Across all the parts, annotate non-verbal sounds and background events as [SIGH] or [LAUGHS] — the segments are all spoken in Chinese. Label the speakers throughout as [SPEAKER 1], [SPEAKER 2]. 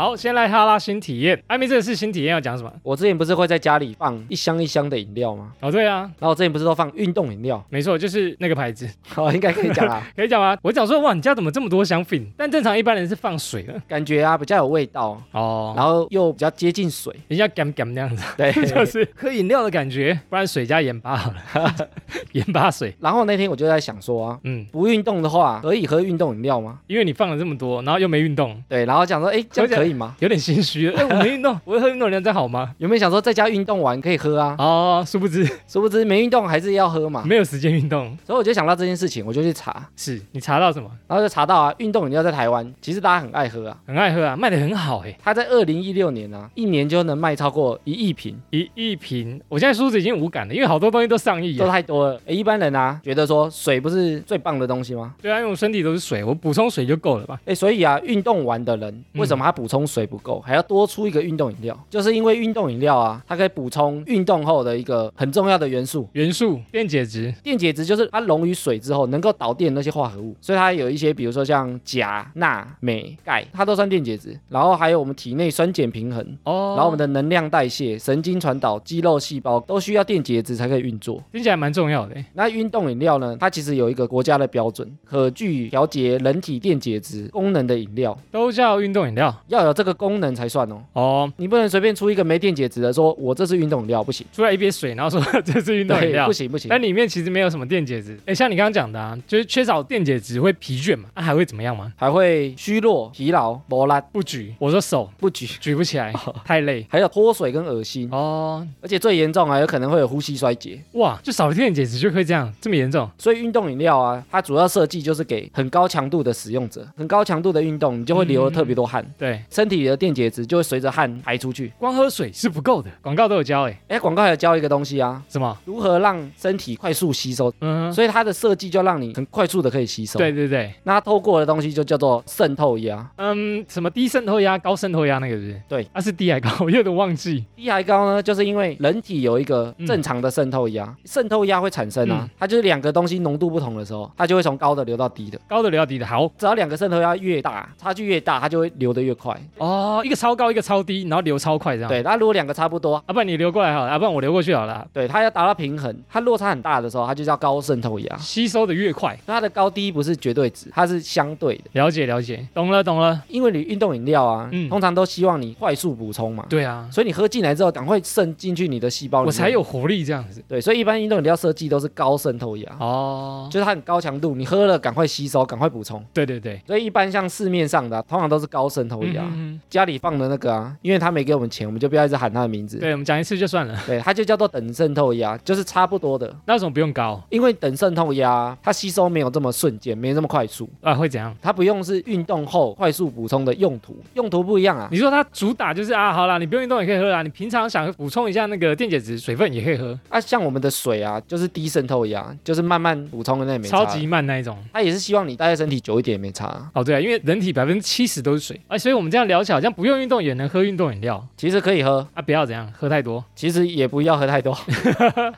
[SPEAKER 1] 好，先来哈拉新体验。艾米，这个是新体验要讲什么？
[SPEAKER 2] 我之前不是会在家里放一箱一箱的饮料吗？
[SPEAKER 1] 哦，对啊，
[SPEAKER 2] 然后我之前不是都放运动饮料？ [LAUGHS]
[SPEAKER 1] 没错，就是那个牌子，，
[SPEAKER 2] 好，应该可以讲啊啦
[SPEAKER 1] [LAUGHS] 可以讲吗？我讲说，哇，你家怎么这么多香粉？但正常一般人是放水的。
[SPEAKER 2] 感觉啊比较有味道，
[SPEAKER 1] 哦，
[SPEAKER 2] 然后又比较接近水，
[SPEAKER 1] [LAUGHS] 人家干干那样子，
[SPEAKER 2] 对。
[SPEAKER 1] 就是喝饮料的感觉，不然水加盐巴好了， [LAUGHS] 盐巴水。
[SPEAKER 2] 然后那天我就在想说啊，
[SPEAKER 1] 嗯，
[SPEAKER 2] 不运动的话可以喝运动饮料吗？
[SPEAKER 1] 因为你放了这么多，然后又没运动，
[SPEAKER 2] 对，然后想说，哎，这样可以吗？
[SPEAKER 1] 有点心虚了。哎，我没运动，我会喝运动量这样好吗？
[SPEAKER 2] 有没有想说在家运动完可以喝啊？
[SPEAKER 1] 哦，殊不知
[SPEAKER 2] 殊不知没运动还是要喝嘛。
[SPEAKER 1] 没有时间运动。
[SPEAKER 2] 所以我就想到这件事情，我就去查，
[SPEAKER 1] 是你查到什么？
[SPEAKER 2] 然后就查到啊，运动饮料在台湾其实大家很爱喝啊。
[SPEAKER 1] 很爱喝啊，卖的很好哎、
[SPEAKER 2] 它在二零一六年啊，一年就能卖超过一亿瓶，
[SPEAKER 1] 一一瓶。我现在梳子已经无感了，因为好多东西都上亿
[SPEAKER 2] 都
[SPEAKER 1] 啊。
[SPEAKER 2] 太多了。诶一般人啊，觉得说水不是最棒的东西吗？
[SPEAKER 1] 对啊，因为我身体都是水，我补充水就够了吧？
[SPEAKER 2] 哎，所以啊，运动完的人为什么他补充水不够，还要多出一个运动饮料？就是因为运动饮料啊，它可以补充运动后的一个很重要的元素。
[SPEAKER 1] 元素、电解质，
[SPEAKER 2] 电解质就是它溶于水之后能够导电的那些化合物，所以它有一些，比如说像钾、钠、镁、钙，它都算电解质。然后还有我们体内酸碱平衡，
[SPEAKER 1] 哦，
[SPEAKER 2] 然后我们的能量代谢、神经传导、肌肉细胞都需要电解质才可以运作。
[SPEAKER 1] 听起来蛮重要的欸。
[SPEAKER 2] 那运动饮料呢？它其实有一个国家的标准，可具调节人体电解质功能的饮料，
[SPEAKER 1] 都叫运动饮料
[SPEAKER 2] 要有这个功能才算哦。
[SPEAKER 1] 哦，
[SPEAKER 2] 你不能随便出一个没电解质的，说我这是运动饮料，不行，
[SPEAKER 1] 出来一杯水，然后说 [LAUGHS] 这是运动饮
[SPEAKER 2] 对，
[SPEAKER 1] 料
[SPEAKER 2] 不。行不行。
[SPEAKER 1] 但里面其实没有什么电解质，哎，像你刚刚讲的啊，就是缺少电解质会疲倦嘛，那、啊还会怎么样吗？
[SPEAKER 2] 还会虚弱、疲劳、磨拉
[SPEAKER 1] 不举，我说手
[SPEAKER 2] 不举，
[SPEAKER 1] 举不起来，
[SPEAKER 2] 哦
[SPEAKER 1] 太累
[SPEAKER 2] 还有脱水跟恶心，
[SPEAKER 1] 哦，
[SPEAKER 2] 而且最严重啊，有可能会有呼吸衰竭。
[SPEAKER 1] 哇，就少了电解质就会这样，这么严重？
[SPEAKER 2] 所以运动饮料啊，它主要设计就是给很高强度的使用者，很高强度的运动，你就会流了特别多汗，
[SPEAKER 1] 对，
[SPEAKER 2] 身体里的电解质就会随着汗排出去。
[SPEAKER 1] 光喝水是不够的，广告都有教哎，
[SPEAKER 2] 哎，广告还有教一个东西啊，
[SPEAKER 1] 什么？
[SPEAKER 2] 如何让身体快速吸收，
[SPEAKER 1] 嗯，
[SPEAKER 2] 所以它的设计就让你很快速的可以吸收。
[SPEAKER 1] 对，对对，
[SPEAKER 2] 那它透过的东西就叫做渗透压。
[SPEAKER 1] 嗯，什么低渗透压、高渗透压那个是不是？
[SPEAKER 2] 对，
[SPEAKER 1] 啊是低还高， [LAUGHS] 我有点忘记。
[SPEAKER 2] 低还高呢，就是因为人体有一个
[SPEAKER 1] 嗯
[SPEAKER 2] 正常的渗透压，渗透压会产生啊，
[SPEAKER 1] 嗯
[SPEAKER 2] 它就是两个东西浓度不同的时候，它就会从高的流到低的。
[SPEAKER 1] 高的流到低的，好
[SPEAKER 2] 只要两个渗透压越大，差距越大，它就会流得越快。
[SPEAKER 1] 哦，一个超高，一个超低，然后流超快这样。，
[SPEAKER 2] 对，那如果两个差不多，
[SPEAKER 1] 啊不然你流过来好了，啊不然我流过去好了啊，
[SPEAKER 2] 对，它要达到平衡，它落差很大的时候，它就叫高渗透压。
[SPEAKER 1] 吸收的越快。
[SPEAKER 2] 那它的高低不是绝对值，它是相对的，
[SPEAKER 1] 了解了解，懂了懂了。
[SPEAKER 2] 因为你运动饮料啊，
[SPEAKER 1] 嗯
[SPEAKER 2] 通常都希望你快速补充嘛，
[SPEAKER 1] 对啊，
[SPEAKER 2] 所以你喝进来之后，赶快渗进去你的细胞里面
[SPEAKER 1] 我才有活力这样子。
[SPEAKER 2] 对，所以一般运动饮料设计都是高渗透压，
[SPEAKER 1] 哦，
[SPEAKER 2] 就是它很高强度，你喝了赶快吸收，赶快补充。
[SPEAKER 1] 对对对，
[SPEAKER 2] 所以一般像市面上的啊、通常都是高渗透
[SPEAKER 1] 嗯
[SPEAKER 2] 压，
[SPEAKER 1] 嗯嗯
[SPEAKER 2] 家里放的那个啊，因为他没给我们钱，我们就不要一直喊他的名字。
[SPEAKER 1] 对我们讲一次就算了，
[SPEAKER 2] 对，它就叫做等渗透压，就是差不多的。
[SPEAKER 1] 那为什么不用高
[SPEAKER 2] 因为等渗透压，它吸收没有这么瞬间，没那么快速，
[SPEAKER 1] 啊？会怎样？
[SPEAKER 2] 它不用是运动后快速补充的用途，用途不一样啊。
[SPEAKER 1] 你说它主打就是啊，好啦，你不用运动也可以喝啦，你平常想补充一下那个电解质、水分也可以喝，
[SPEAKER 2] 啊，像我们的水啊，就是低渗透压，就是慢慢补充的那也没差
[SPEAKER 1] 超级，慢那一种。
[SPEAKER 2] 它也是希望你待在身体久一点，也没差啊。
[SPEAKER 1] 哦，对啊，因为人体百分之七十都是水，哎、所以我们这样聊起来，好像不用运动也能喝运动饮料
[SPEAKER 2] 其实可以喝，
[SPEAKER 1] 啊，不要怎样，喝太多，
[SPEAKER 2] 其实也不要
[SPEAKER 1] [LAUGHS]
[SPEAKER 2] 喝太多，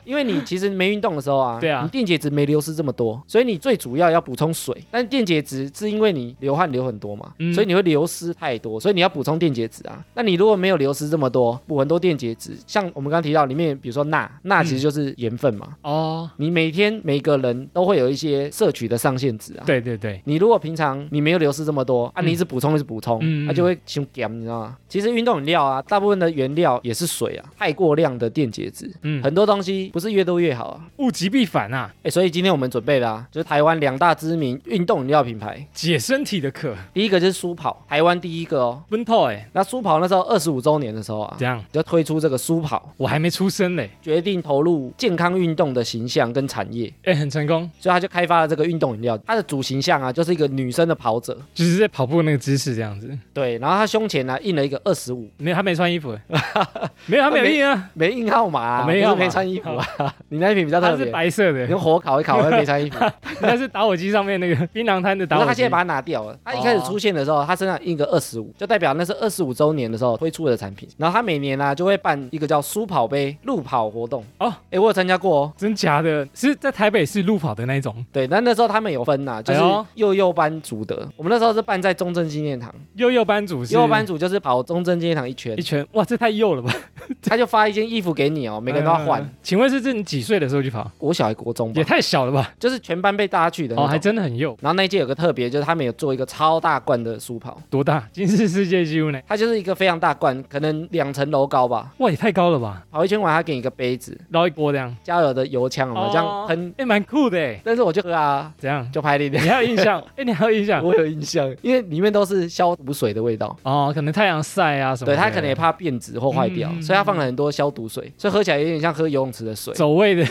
[SPEAKER 2] 因为你其实没运动的时候啊，
[SPEAKER 1] 对啊
[SPEAKER 2] 你电解质没流失这么多，所以你最主要要补充水。但电解质是因为你流汗流很多嘛，
[SPEAKER 1] 嗯
[SPEAKER 2] 所以你会流失太多，所以你要补充电解质啊。那你如果没有流失这么多，补很多电解质，像我们刚刚提到里面，比如说钠，钠
[SPEAKER 1] 嗯
[SPEAKER 2] 其实就是盐分嘛。
[SPEAKER 1] 哦，
[SPEAKER 2] 你每天每个人都会有一些摄取的上限值啊。
[SPEAKER 1] 对对对，
[SPEAKER 2] 你如果平常你没有流失这么多啊，
[SPEAKER 1] 嗯
[SPEAKER 2] 你一直补充一直补充，它、啊
[SPEAKER 1] 嗯嗯
[SPEAKER 2] 就会胸减，你知道吗？其实运动饮料啊，大部分的原料也是水啊，太过量的电解质，
[SPEAKER 1] 嗯，
[SPEAKER 2] 很多东西不是越多越好啊。
[SPEAKER 1] 物极必反啊，
[SPEAKER 2] 哎，所以今天我们准备了、啊，就是台湾两大知名运动饮料品牌，
[SPEAKER 1] 解身体的渴，
[SPEAKER 2] 第一个就是舒跑，台湾第一个哦。
[SPEAKER 1] 温透哎，
[SPEAKER 2] 那舒跑那时候二十五周年的时候啊
[SPEAKER 1] 怎。样？
[SPEAKER 2] 就推出这个舒跑，
[SPEAKER 1] 我还没出生嘞，
[SPEAKER 2] 决定投入健康运动的形象跟产业，
[SPEAKER 1] 哎，很成功，
[SPEAKER 2] 所以他就开发了这个运动饮料。它的主形象啊，就是一个女生的跑者，
[SPEAKER 1] 就是在跑步那个姿势这样子，
[SPEAKER 2] 对，然后她胸前呢、啊印了一个二十五，
[SPEAKER 1] 没有，他没穿衣 [LAUGHS] 服欸，没有，他没有印啊，
[SPEAKER 2] 没印号码、啊，
[SPEAKER 1] 哦没印号码
[SPEAKER 2] 不是没穿衣服啊。 [LAUGHS] 你那一瓶比较特
[SPEAKER 1] 哦他
[SPEAKER 2] 别
[SPEAKER 1] 是，白色
[SPEAKER 2] 你
[SPEAKER 1] [LAUGHS] 的，
[SPEAKER 2] 用火烤一烤，会
[SPEAKER 1] [LAUGHS]
[SPEAKER 2] 没穿衣服。可
[SPEAKER 1] 他是打火机上面那 [LAUGHS] 个槟榔摊的打
[SPEAKER 2] 是他
[SPEAKER 1] 火
[SPEAKER 2] 现在
[SPEAKER 1] 机
[SPEAKER 2] 把。它拿掉了。他一开始出现的时候，他身上印个二十五，就代表那是二十五周年的时候推出的产品。然后他每年呢、啊、就会办一个叫“书跑杯”路跑活动。
[SPEAKER 1] 哦，
[SPEAKER 2] 哎，我有参加过哦。
[SPEAKER 1] 真假的，是在台北市路跑的那一种，
[SPEAKER 2] 对，但那时候他们有分呐、就是
[SPEAKER 1] 哎呦
[SPEAKER 2] 幼幼班组的。我们那时候是办在中正纪念堂，
[SPEAKER 1] 幼幼班组是
[SPEAKER 2] 右班组就是跑中正纪念堂一圈
[SPEAKER 1] 一，圈，哇，这太幼了吧？
[SPEAKER 2] 他就发一件衣服给你哦，每个人都要换。
[SPEAKER 1] 嗯请问是这你几岁的时候去跑？
[SPEAKER 2] 国小还国中吧
[SPEAKER 1] 也，太小了吧？
[SPEAKER 2] 就是全班被大家去的
[SPEAKER 1] 哦，
[SPEAKER 2] 那
[SPEAKER 1] 还
[SPEAKER 2] 种。
[SPEAKER 1] 真的很幼，
[SPEAKER 2] 然后那一届有个特别，就是他们有做一个超大罐的书跑，
[SPEAKER 1] 多大？今世世界纪录呢？
[SPEAKER 2] 它就是一个非常大罐，可能两层楼高吧。
[SPEAKER 1] 哇，也太高了吧？
[SPEAKER 2] 跑一圈完，他给你一个杯子，
[SPEAKER 1] 捞一波这样，
[SPEAKER 2] 加油的油枪，我们这
[SPEAKER 1] 哦
[SPEAKER 2] 样喷。
[SPEAKER 1] 哎，蛮酷的哎，
[SPEAKER 2] 但是我就喝啊，
[SPEAKER 1] 怎样？
[SPEAKER 2] 就拍了一
[SPEAKER 1] 你
[SPEAKER 2] 点。
[SPEAKER 1] 还有印 [LAUGHS] 象？哎，你还有印象？
[SPEAKER 2] [LAUGHS] 我有印象，因为里面都是消毒水的味道。
[SPEAKER 1] 哦，可能太阳晒啊什么
[SPEAKER 2] 对
[SPEAKER 1] 的。
[SPEAKER 2] 他可能也怕变质或坏掉，
[SPEAKER 1] 嗯
[SPEAKER 2] 所以他放了很多消毒水，所以喝起来有点像喝游泳池
[SPEAKER 1] [LAUGHS]
[SPEAKER 2] 的水。
[SPEAKER 1] 走味
[SPEAKER 2] [LAUGHS]
[SPEAKER 1] 的，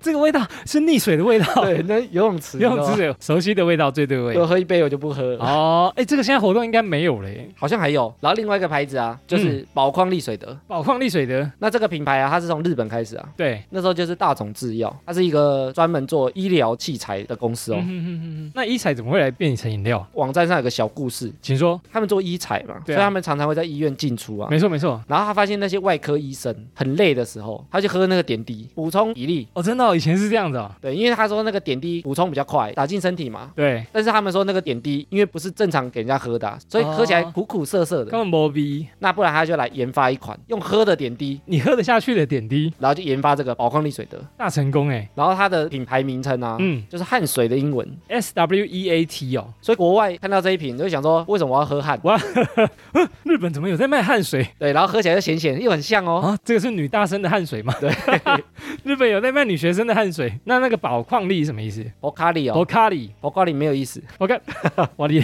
[SPEAKER 1] 这个味道是溺水的味道，
[SPEAKER 2] 对，那游泳池，
[SPEAKER 1] 游泳池
[SPEAKER 2] 你知道吗，
[SPEAKER 1] 水熟悉的味道最对味。
[SPEAKER 2] 我喝一杯我就不喝了。
[SPEAKER 1] 哦，哎，这个现在活动应该没有了耶。
[SPEAKER 2] 好像还
[SPEAKER 1] 嗯
[SPEAKER 2] 有，然后另外一个牌子啊，就是宝矿力水德。
[SPEAKER 1] 宝矿力水的，
[SPEAKER 2] 那这个品牌啊，它是从日本开始啊，
[SPEAKER 1] 对，
[SPEAKER 2] 那时候就是大种制药，它是一个专门做医疗器材的公司哦。
[SPEAKER 1] 嗯哼哼哼哼那一彩怎么会来变成饮料啊？
[SPEAKER 2] 网站上有个小故事，
[SPEAKER 1] 请说。
[SPEAKER 2] 他们做医材嘛，所
[SPEAKER 1] 对啊
[SPEAKER 2] 以他们常常会在医院进出啊。
[SPEAKER 1] 没错没错，
[SPEAKER 2] 然后他发现那些外科医生很累的时候，他就喝那个点滴补充体力。
[SPEAKER 1] 哦，真的哦，以前是这样子哦。
[SPEAKER 2] 对，因为他说那个点滴补充比较快，打进身体嘛，
[SPEAKER 1] 对，
[SPEAKER 2] 但是他们说那个点滴，因为不是正常给人家喝的
[SPEAKER 1] 哦
[SPEAKER 2] 啊、所以喝起来苦苦涩涩的。
[SPEAKER 1] 根本没逼
[SPEAKER 2] 那不然他就来研发一款用喝的点滴，
[SPEAKER 1] 你喝得下去的点滴，
[SPEAKER 2] 然后就研发这个宝矿力水德。
[SPEAKER 1] 大成功哎。
[SPEAKER 2] 然后它的品牌名称啊，
[SPEAKER 1] 嗯
[SPEAKER 2] 就是汗水的英文。
[SPEAKER 1] ，S W E A T 哦，
[SPEAKER 2] 所以国外看到这一瓶，就会想说为什么我要喝汗？
[SPEAKER 1] 日本怎么有在卖汗水
[SPEAKER 2] 对，然后喝起来就咸咸，又很像哦。
[SPEAKER 1] 啊？这个是女大生的汗水吗？对， [LAUGHS] 日本有在卖女学生的汗水。那那个宝矿力是什么意思？
[SPEAKER 2] p o c a r i
[SPEAKER 1] 宝
[SPEAKER 2] 哦
[SPEAKER 1] 咖喱，
[SPEAKER 2] p o c a r i 没有意思。
[SPEAKER 1] 我看，我
[SPEAKER 2] [LAUGHS]
[SPEAKER 1] 的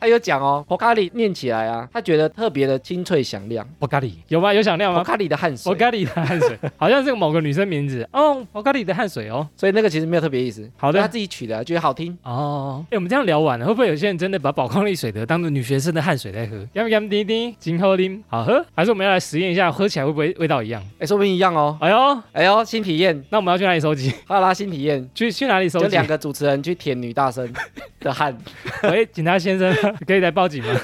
[SPEAKER 2] 他有讲哦 p o c a r i 念起来啊，他觉得特别的清脆响亮。
[SPEAKER 1] 宝咖喱有吗？有响亮
[SPEAKER 2] p o
[SPEAKER 1] 吗？
[SPEAKER 2] c a r i 的汗
[SPEAKER 1] 宝
[SPEAKER 2] 水，
[SPEAKER 1] 咖喱的汗
[SPEAKER 2] [LAUGHS]
[SPEAKER 1] 水，好像是某个女生名字哦。宝咖喱的汗水哦。
[SPEAKER 2] 所以那个其实没有特别意思。
[SPEAKER 1] 好的
[SPEAKER 2] 所以他自己取的啊，觉得好听。
[SPEAKER 1] 哦，哎，我们这样聊完了，会不会有些人真的把宝矿力水得当做女学生的汗水在喝？yum yum 滴滴，金喝啉，好喝？还是我们要来实验一下，喝起来会不会味道一样？
[SPEAKER 2] 哎，说不定一样哦。
[SPEAKER 1] 哎呦，
[SPEAKER 2] 哎呦，新体验，
[SPEAKER 1] 那我们要去哪里收集？
[SPEAKER 2] 哈拉新体验。
[SPEAKER 1] 去去哪里收
[SPEAKER 2] 就
[SPEAKER 1] 集？
[SPEAKER 2] 两个主持人去舔女大生的汗。
[SPEAKER 1] 喂，警察先生，可以来报警吗？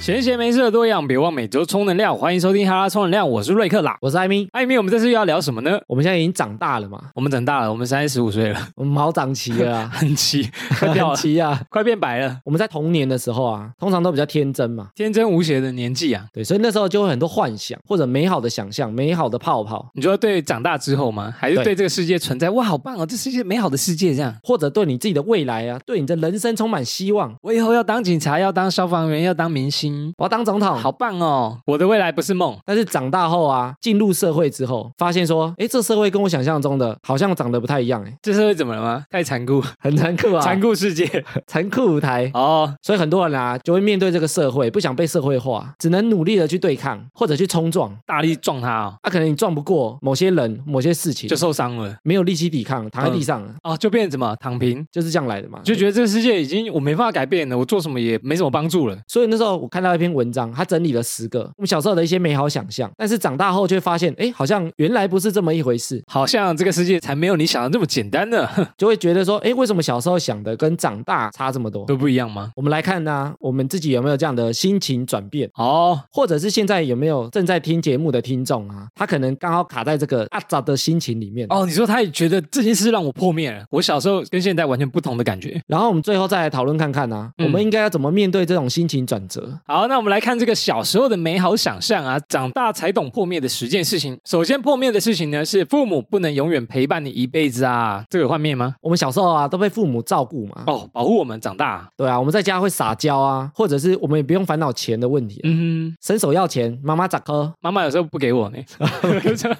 [SPEAKER 1] 闲闲没事的多样，别忘每周充能量。欢迎收听《哈拉充能量》，我是瑞克啦。
[SPEAKER 2] [LAUGHS] 我是艾米，
[SPEAKER 1] 艾米，我们这次又要聊什么呢？
[SPEAKER 2] 我们现在已经长大了嘛，
[SPEAKER 1] 我们长大了，我们三十五岁了，
[SPEAKER 2] 我们好长齐了 [LAUGHS] 啊，
[SPEAKER 1] 很奇，快掉
[SPEAKER 2] [LAUGHS] 很
[SPEAKER 1] 了，
[SPEAKER 2] 齐啊。
[SPEAKER 1] [LAUGHS] 快变白了，
[SPEAKER 2] 我们在童年的时候啊，通常都比较天真嘛，
[SPEAKER 1] 天真无邪的年纪啊！
[SPEAKER 2] 对，所以那时候就会很多幻想或者美好的想象、美好的泡泡，
[SPEAKER 1] 你说对长大之后吗？还是
[SPEAKER 2] 对
[SPEAKER 1] 对这个世界存在？哇，好棒哦，这世界美好的世界这样。
[SPEAKER 2] 或者对你自己的未来啊，对你的人生充满希望。
[SPEAKER 1] 我以后要当警察，要当消防员，要当明星，
[SPEAKER 2] 我要当总统，
[SPEAKER 1] 好。棒哦！我的未来不是梦，
[SPEAKER 2] 但是长大后啊，进入社会之后，发现说，哎，这社会跟我想象中的好像长得不太一样，哎，
[SPEAKER 1] 这社会怎么了吗？太残酷，
[SPEAKER 2] 很残酷啊，
[SPEAKER 1] [LAUGHS] 残酷世界
[SPEAKER 2] 残酷舞台。
[SPEAKER 1] [LAUGHS] 哦。
[SPEAKER 2] 所以很多人啊，就会面对这个社会，不想被社会化，只能努力的去对抗或者去冲撞。
[SPEAKER 1] 大力撞他哦，
[SPEAKER 2] 啊，可能你撞不过某些人、某些事情，
[SPEAKER 1] 就受伤了
[SPEAKER 2] 没有力气抵抗，躺在地上了，
[SPEAKER 1] 哦，就变成什么躺平，
[SPEAKER 2] 就是这样来的嘛。
[SPEAKER 1] 就觉得这个世界已经我没办法改变了，我做什么也没什么帮助了。
[SPEAKER 2] 所以那时候我看到一篇文章，他整理了十个我们小时候的一些美好想象，但是长大后却发现，哎，好像原来不是这么一回事，
[SPEAKER 1] 好像这个世界才没有你想的这么简单呢， [LAUGHS]
[SPEAKER 2] 就会觉得说，哎，为什么小时候想的跟长大差这么多？
[SPEAKER 1] 都不一样吗？
[SPEAKER 2] 我们来看呢、啊我们自己有没有这样的心情转变？
[SPEAKER 1] 哦，
[SPEAKER 2] 或者是现在有没有正在听节目的听众啊，他可能刚好卡在这个阿杂的心情里面
[SPEAKER 1] 哦，你说他也觉得这件事让我破灭了，我小时候跟现在完全不同的感觉。
[SPEAKER 2] 然后我们最后再来讨论看看啊，
[SPEAKER 1] 嗯
[SPEAKER 2] 我们应该要怎么面对这种心情转折？
[SPEAKER 1] 好，那我们来看这个小时候的美好想象啊，长大才懂破灭的十件事情。首先，破灭的事情呢是父母不能永远陪伴你一辈子啊，这个有幻灭吗？
[SPEAKER 2] 我们小时候啊都被父母照顾嘛，
[SPEAKER 1] 哦，保护我们长大。
[SPEAKER 2] 对啊，我们在家会撒娇啊，或者是我们也不用烦恼钱的问题、
[SPEAKER 1] 嗯哼，
[SPEAKER 2] 伸手要钱，妈妈咋磕，
[SPEAKER 1] 妈妈有时候不给我 [LAUGHS] 呢，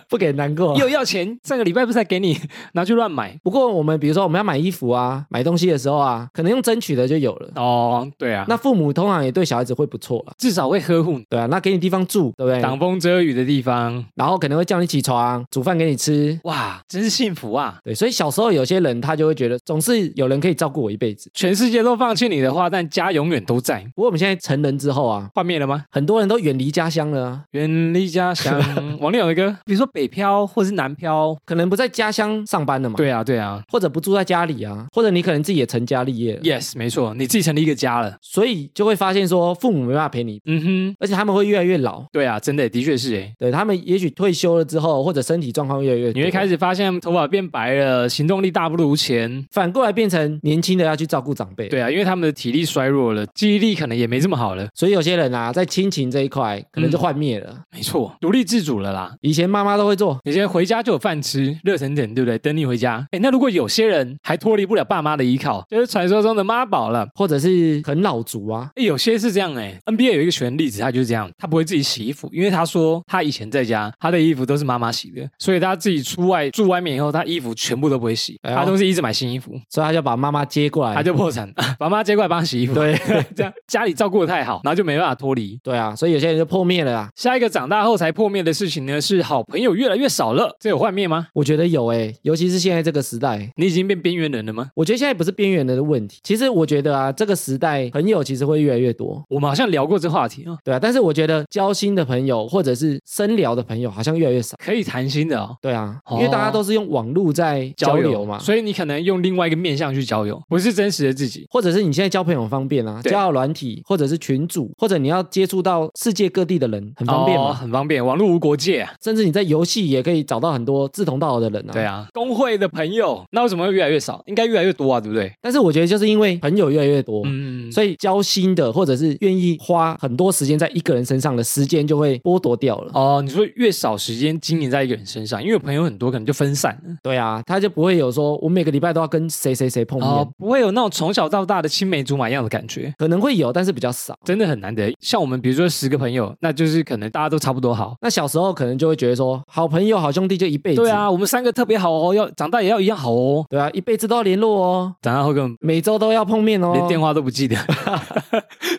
[SPEAKER 2] 不给难过。
[SPEAKER 1] 又要钱，上个礼拜不是才给你， [LAUGHS] 拿去乱买。
[SPEAKER 2] 不过我们比如说我们要买衣服啊、买东西的时候啊，可能用争取的就有了。
[SPEAKER 1] 哦，对啊，那
[SPEAKER 2] 那父母通常也对小孩子会不错了，
[SPEAKER 1] 至少会呵护你，
[SPEAKER 2] 对啊，那给你地方住，对不对？
[SPEAKER 1] 挡风遮雨的地方，
[SPEAKER 2] 然后可能会叫你起床，煮饭给你吃。
[SPEAKER 1] 哇，真是幸福啊！
[SPEAKER 2] 对，所以小时候有些人他就会觉得总是有人可以照顾我一辈子。
[SPEAKER 1] 全世界都放弃你的话，但家永远都在。
[SPEAKER 2] 不过我们现在成人之后啊，
[SPEAKER 1] 幻灭了吗？
[SPEAKER 2] 很多人都远离家乡了啊，
[SPEAKER 1] 远离家乡， [LAUGHS] 王力宏的歌，比如说北漂或是南漂。
[SPEAKER 2] 可能不在家乡上班了嘛，，
[SPEAKER 1] 对啊，对啊
[SPEAKER 2] 或者不住在家里啊，或者你可能自己也成家立业了
[SPEAKER 1] ，yes，没错，你自己成立一个家了。
[SPEAKER 2] 所以就会发现说，父母没办法陪你，
[SPEAKER 1] 嗯哼，
[SPEAKER 2] 而且他们会越来越老。
[SPEAKER 1] 对啊，真的的确是诶。
[SPEAKER 2] 对他们，也许退休了之后，或者身体状况越来越，
[SPEAKER 1] 你会开
[SPEAKER 2] 始
[SPEAKER 1] 始发现头发变白了，行动力大不如前。
[SPEAKER 2] 反过来变成年轻的要去照顾长辈。，
[SPEAKER 1] 对啊，因为他们的体力衰弱了，记忆力可能也没这么好了。
[SPEAKER 2] 所以有些人啊，在亲情这一块可能就
[SPEAKER 1] 嗯
[SPEAKER 2] 幻灭了。
[SPEAKER 1] 没错，独立自主了啦。
[SPEAKER 2] 以前妈妈都会做，
[SPEAKER 1] 你现在回家就有饭吃，热腾腾，对不对？等你回家。哎，那如果有些人还脱离不了爸妈的依靠，就是传说中的妈宝了。
[SPEAKER 2] 或者是很老族啊，
[SPEAKER 1] 诶有些是这样哎、NBA 有一个球员例子，他就是这样，他不会自己洗衣服，因为他说他以前在家，他的衣服都是妈妈洗的，所以他自己出外住外面以后，他衣服全部都不会洗，
[SPEAKER 2] 哎呦
[SPEAKER 1] 他都是一直买新衣服，
[SPEAKER 2] 所以他就把妈妈接过来，
[SPEAKER 1] 他就破产， [LAUGHS] 把妈接过来帮他洗衣服，
[SPEAKER 2] 对
[SPEAKER 1] [LAUGHS]
[SPEAKER 2] [LAUGHS]
[SPEAKER 1] 这样家里照顾的太好，然后就没办法脱离。
[SPEAKER 2] 对啊，所以有些人就破灭了啊。
[SPEAKER 1] 下一个长大后才破灭的事情呢，是好朋友越来越少了，这有幻灭吗？
[SPEAKER 2] 我觉得有诶、尤其是现在这个时代。
[SPEAKER 1] 你已经变边缘人了吗？
[SPEAKER 2] 我觉得现在不是边缘人的问题，其实我觉得啊，这个时代朋友其实会越来越多，
[SPEAKER 1] 我们好像聊过这话题啊、
[SPEAKER 2] 对啊。但是我觉得交心的朋友或者是深聊的朋友好像越来越少，
[SPEAKER 1] 可以谈心的哦。
[SPEAKER 2] 对啊，
[SPEAKER 1] 哦
[SPEAKER 2] 因为大家都是用网络在交流嘛，
[SPEAKER 1] 所以你可能用另外一个面向去交友，不是真实的自己。
[SPEAKER 2] 或者是你现在交朋友很方便啊，
[SPEAKER 1] 对
[SPEAKER 2] 交友软体或者是群组，或者你要接触到世界各地的人，很方便
[SPEAKER 1] 哦，
[SPEAKER 2] 嘛。
[SPEAKER 1] 很方便，网络无国界、啊。
[SPEAKER 2] 甚至你在游戏也可以找到很多志同道合的人啊。
[SPEAKER 1] 对啊，工会的朋友，那为什么会越来越少？应该越来越多啊，对不对？
[SPEAKER 2] 但是我觉得就是因为朋友越来越多，
[SPEAKER 1] 嗯，所
[SPEAKER 2] 所以交心的或者是愿意花很多时间在一个人身上的时间就会剥夺掉了。
[SPEAKER 1] 以哦，你说越少时间经营在一个人身上，因为朋友很多，可能就分散了。
[SPEAKER 2] 对啊，他就不会有说我每个礼拜都要跟谁谁谁碰面，
[SPEAKER 1] 哦，不会有那种从小到大的青梅竹马一样的感觉。
[SPEAKER 2] 可能会有，但是比较少。
[SPEAKER 1] 真的很难得，像我们比如说十个朋友，那就是可能大家都差不多好。
[SPEAKER 2] 那小时候可能就会觉得说，好朋友、好兄弟就一辈子，
[SPEAKER 1] 对，啊，我们三个特别好哦，要长大也要一样好哦。
[SPEAKER 2] 对啊，一辈子都要联络哦，
[SPEAKER 1] 长大后根本
[SPEAKER 2] 每周都要碰面哦，
[SPEAKER 1] 连电话都不记 [LAUGHS] 得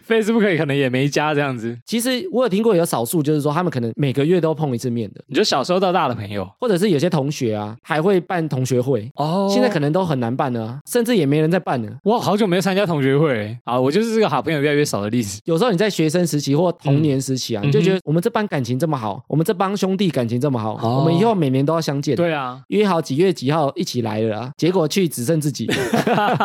[SPEAKER 1] ，Facebook 可能也没加这样子。
[SPEAKER 2] 其实我有听过有少数，就是说他们可能每个月都碰一次面的，
[SPEAKER 1] 你说小时候到大的朋友
[SPEAKER 2] 或者是有些同学啊，还会办同学会，
[SPEAKER 1] 哦
[SPEAKER 2] 现在可能都很难办了啊，甚至也没人在办了。
[SPEAKER 1] 我好久没有参加同学会了啊，我就是这个好朋友越来越少的例子。
[SPEAKER 2] 有时候你在学生时期或童年时期啊，
[SPEAKER 1] 嗯
[SPEAKER 2] 你就觉得我们这班感情这么好，我们这帮兄弟感情这么好，
[SPEAKER 1] 哦
[SPEAKER 2] 我们以后每年都要相见，
[SPEAKER 1] 对啊，
[SPEAKER 2] 约好几月几号一起来了啊，结果去只剩自己，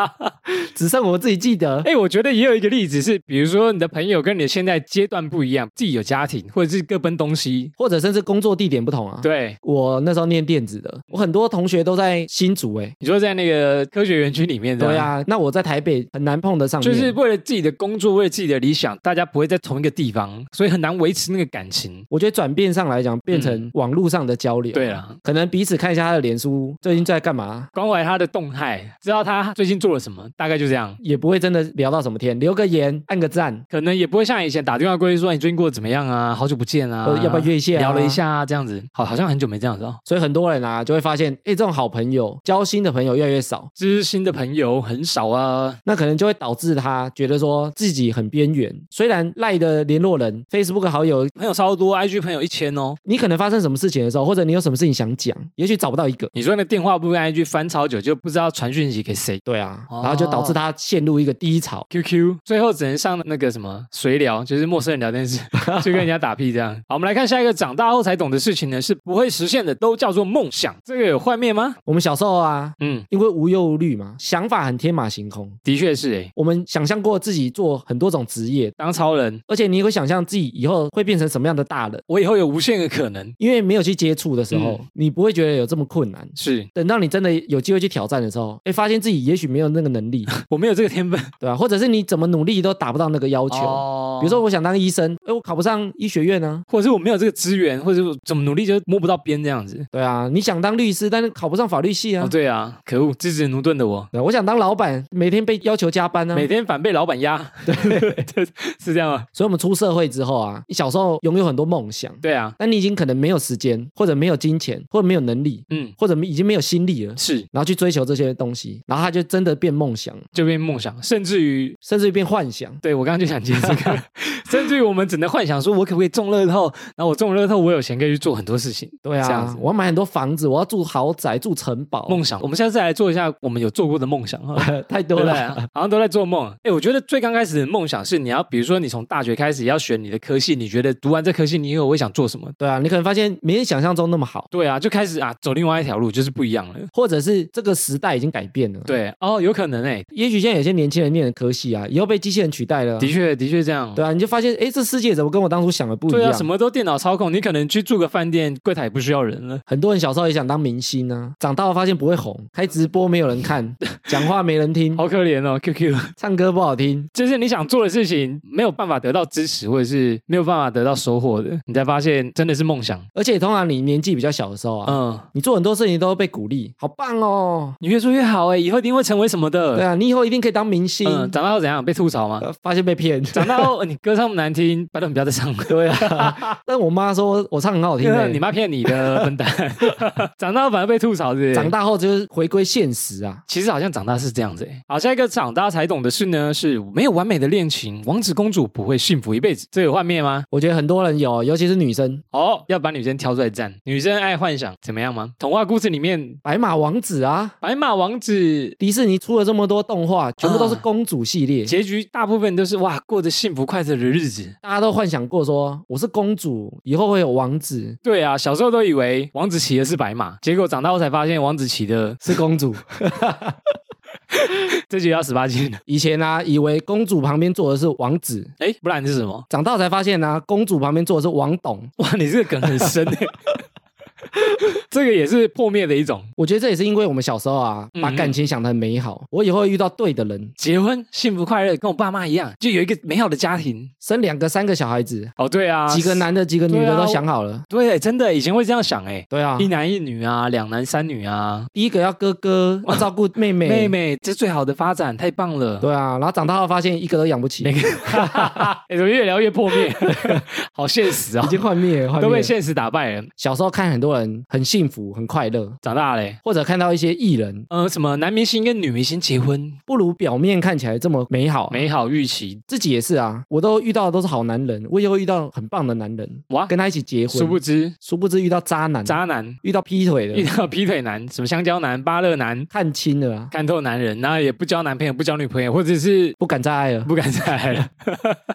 [SPEAKER 1] [LAUGHS]
[SPEAKER 2] 只剩我自己记得。
[SPEAKER 1] 哎、我觉得也有一个例子是，比如说你的朋友跟你的现在阶段不一样，自己有家庭或者是各奔东西。
[SPEAKER 2] 或者甚至工作地点不同啊。
[SPEAKER 1] 对，
[SPEAKER 2] 我那时候念电子的，我很多同学都在新竹哎、
[SPEAKER 1] 你说在那个科学园区里面，
[SPEAKER 2] 对，啊，那我在台北很难碰得上面，
[SPEAKER 1] 就是为了自己的工作，为了自己的理想，大家不会在同一个地方，所以很难维持那个感情。
[SPEAKER 2] 我觉得转变上来讲，变成网络上的交
[SPEAKER 1] 嗯
[SPEAKER 2] 流。
[SPEAKER 1] 对啊啦，
[SPEAKER 2] 可能彼此看一下他的脸书最近在干嘛，
[SPEAKER 1] 关怀他的动态，知道他最近做了什么，大概就这样。
[SPEAKER 2] 也不会真的聊到什么天，留个言，按个赞，
[SPEAKER 1] 可能也不会像以前打电话过去说哎你最近过得怎么样啊，好久不见啊
[SPEAKER 2] 或，者要不要约一下啊
[SPEAKER 1] 聊了一下啊，这样子，好，好像很久没这样子哦。
[SPEAKER 2] 所以很多人啊就会发现，哎，这种好朋友、交心的朋友越来越少，
[SPEAKER 1] 知心的朋友很少啊，
[SPEAKER 2] 那可能就会导致他觉得说自己很边缘。虽然赖的联络人、Facebook 好友，
[SPEAKER 1] 朋友超多，IG 朋友一千哦。
[SPEAKER 2] 你可能发生什么事情的时候，或者你有什么事情想讲，也许找不到一个。
[SPEAKER 1] 你说那电话簿跟 IG 翻超久，就不知道传讯息给谁。
[SPEAKER 2] 对啊，
[SPEAKER 1] 哦
[SPEAKER 2] 然后就导致他陷入一个低潮。
[SPEAKER 1] QQ 最后只能上那个什么随聊，就是陌生人聊天
[SPEAKER 2] [LAUGHS]
[SPEAKER 1] 室去跟人家打屁这样。好，我们来看下一个长大后才懂的事情呢，是不会实现的，都叫做梦想。这个有幻灭吗？
[SPEAKER 2] 我们小时候啊，
[SPEAKER 1] 嗯，
[SPEAKER 2] 因为无忧无虑嘛，想法很天马行空，
[SPEAKER 1] 的确是诶，
[SPEAKER 2] 我们想象过自己做很多种职业，
[SPEAKER 1] 当超人，
[SPEAKER 2] 而且你会想象自己以后会变成什么样的大人，
[SPEAKER 1] 我以后有无限的可能。
[SPEAKER 2] 因为没有去接触的时候，
[SPEAKER 1] 嗯
[SPEAKER 2] 你不会觉得有这么困难。
[SPEAKER 1] 是
[SPEAKER 2] 等到你真的有机会去挑战的时候，哎，发现自己也许没有那个
[SPEAKER 1] [LAUGHS]
[SPEAKER 2] 能力，
[SPEAKER 1] 我没有这个天分。
[SPEAKER 2] 对吧、或者是你怎么努力都达不到那个要求。
[SPEAKER 1] 哦
[SPEAKER 2] 比如说，我想当医生，哎，我考不上医学院啊呢、
[SPEAKER 1] 或者是我没有这个资源，或者是我怎么努力就摸不到边这样子。
[SPEAKER 2] 对啊，你想当律师，但是考不上法律系啊。
[SPEAKER 1] 哦，对啊，可恶，资质驽钝的我，
[SPEAKER 2] 对啊我想当老板，每天被要求加班啊。
[SPEAKER 1] 每天反被老板压，对，是这样啊吗？
[SPEAKER 2] 所以我们出社会之后啊，你小时候拥有很多梦想，
[SPEAKER 1] 对啊，
[SPEAKER 2] 但你已经可能没有时间，或者没有金钱，或者没有能力，
[SPEAKER 1] 嗯，
[SPEAKER 2] 或者已经没有心力了，
[SPEAKER 1] 是
[SPEAKER 2] 然后去追求这些东西，然后它就真的变梦想，
[SPEAKER 1] 就变梦想，甚至于。
[SPEAKER 2] 甚至于变幻想。
[SPEAKER 1] 对，我刚刚就想接这个，甚至于我们只能幻想说，我可不可以中乐透？然后我中了乐透，我有钱可以去做很多事情。
[SPEAKER 2] 对
[SPEAKER 1] 这样
[SPEAKER 2] 啊
[SPEAKER 1] 子，
[SPEAKER 2] 我要买很多房子，我要住豪宅，住城堡，
[SPEAKER 1] 梦想，我们现在再来做一下我们有做过的梦想哈，
[SPEAKER 2] [LAUGHS] 太
[SPEAKER 1] 对
[SPEAKER 2] 多
[SPEAKER 1] 不对？
[SPEAKER 2] 了。
[SPEAKER 1] 好像都在做梦。哎，我觉得最刚开始的梦想是你要，比如说你从大学开始要选你的科系，你觉得读完这科系你以后会想做什么？
[SPEAKER 2] 对啊，你可能发现没人想象中那么好，
[SPEAKER 1] 对啊，就开始啊走另外一条路，就是不一样了。
[SPEAKER 2] 或者是这个时代已经改变了。，
[SPEAKER 1] 对哦，有可能哎、
[SPEAKER 2] 也许现在有些年轻人念的科系啊，以后被机器人取代了啊。
[SPEAKER 1] 的确的确这样。
[SPEAKER 2] 对啊，你就发现，哎，这世界怎么跟我当初想的不一
[SPEAKER 1] 对啊，
[SPEAKER 2] 样？
[SPEAKER 1] 什么都电脑操控，你可能去住个饭店，柜台不需要人了。
[SPEAKER 2] 很多人小时候也想当明星啊，长大后发现不会红，开直播没有人看，讲话没人听，
[SPEAKER 1] 好可怜哦，QQ，
[SPEAKER 2] 唱歌不好听。
[SPEAKER 1] 就是你想做的事情没有办法得到支持，或者是没有办法得到收获的，你才发现真的是梦想。
[SPEAKER 2] 而且通常你年纪比较小的时候啊，
[SPEAKER 1] 嗯，
[SPEAKER 2] 你做很多事情都会被鼓励，好棒哦！
[SPEAKER 1] 你越做越好哎，以后一定会成为什么
[SPEAKER 2] 对
[SPEAKER 1] 的。
[SPEAKER 2] 啊，你以后一定可以当明星。
[SPEAKER 1] 嗯，长大后怎样被吐槽吗？
[SPEAKER 2] 呃发现被骗，
[SPEAKER 1] 长大后你歌唱不难听，拜托你不要再唱了。
[SPEAKER 2] 对啊。 [LAUGHS] 但我妈说我唱很好听、欸，
[SPEAKER 1] 你妈骗你的，笨
[SPEAKER 2] [LAUGHS]
[SPEAKER 1] 蛋！长大后反而被吐槽，是不是？
[SPEAKER 2] 长大后就是回归现实啊。
[SPEAKER 1] 其实好像长大是这样子、欸。好，下一个长大才懂的事呢，是没有完美的恋情，王子公主不会幸福一辈子。这有幻灭吗？
[SPEAKER 2] 我觉得很多人有，尤其是女生，
[SPEAKER 1] 哦，要把女生挑出来站，女生爱幻想怎么样吗？童话故事里面，
[SPEAKER 2] 白马王子啊，
[SPEAKER 1] 白马王子
[SPEAKER 2] 迪士尼出了这么多动画，全部都是公主系列，
[SPEAKER 1] 结局大部分都是哇，过着幸福快乐的日子。
[SPEAKER 2] 大家都幻想过说我是公主，以后会有王子
[SPEAKER 1] 对啊，小时候都以为王子骑的是白马，结果长大后才发现王子骑的 [LAUGHS]
[SPEAKER 2] 是公主。
[SPEAKER 1] 这就要十八禁了。
[SPEAKER 2] [LAUGHS] 以前啊，以为公主旁边坐的是王子，
[SPEAKER 1] 哎，不然是什么？
[SPEAKER 2] 长大才发现啊，公主旁边坐的是王董。
[SPEAKER 1] 哇，你这个梗很深哎、 [LAUGHS] 这个也是破灭的一种。
[SPEAKER 2] 我觉得这也是因为我们小时候啊，把
[SPEAKER 1] 嗯
[SPEAKER 2] 感情想得很美好，我以后会遇到对的人，
[SPEAKER 1] 结婚幸福快乐，跟我爸妈一样，就有一个美好的家庭。
[SPEAKER 2] 生两个、三个小孩子，
[SPEAKER 1] 哦，对啊，
[SPEAKER 2] 几个？男的、几个女
[SPEAKER 1] 对
[SPEAKER 2] 的
[SPEAKER 1] 啊
[SPEAKER 2] 都想好了。
[SPEAKER 1] 对，真的以前会这样想哎，
[SPEAKER 2] 对啊，
[SPEAKER 1] 一男一女啊，两男三女啊，
[SPEAKER 2] 第一个要哥
[SPEAKER 1] [LAUGHS]
[SPEAKER 2] 哥，要照顾妹妹，
[SPEAKER 1] 妹妹这最好的发展，太棒了。
[SPEAKER 2] 对啊，然后长大后发现一个都养不起，已
[SPEAKER 1] [LAUGHS] 哎，怎么越聊越破灭？ [LAUGHS] 好现实啊、
[SPEAKER 2] 经幻灭，幻
[SPEAKER 1] 都被
[SPEAKER 2] 灭。
[SPEAKER 1] 现实打败了。
[SPEAKER 2] 小时候看很多人很幸福很快乐，
[SPEAKER 1] 长大嘞，
[SPEAKER 2] 或者看到一些艺人
[SPEAKER 1] 呃，什么男明星跟女明星结婚，
[SPEAKER 2] 不如表面看起来这么美好，
[SPEAKER 1] 美好预期，
[SPEAKER 2] 自己也是啊，我都遇到的都是好男人，我也会遇到很棒的男人，
[SPEAKER 1] 哇
[SPEAKER 2] 跟他一起结婚，
[SPEAKER 1] 殊不知
[SPEAKER 2] 殊不知遇到渣男，
[SPEAKER 1] 渣男
[SPEAKER 2] 遇到劈腿
[SPEAKER 1] 遇
[SPEAKER 2] 的，
[SPEAKER 1] 到劈腿男，什么香蕉男、芭乐男，
[SPEAKER 2] 看清了啊，
[SPEAKER 1] 看透男人，然后也不交男朋友，不交女朋友，或者是
[SPEAKER 2] 不敢再爱 [LAUGHS] 了。
[SPEAKER 1] 不敢再爱了。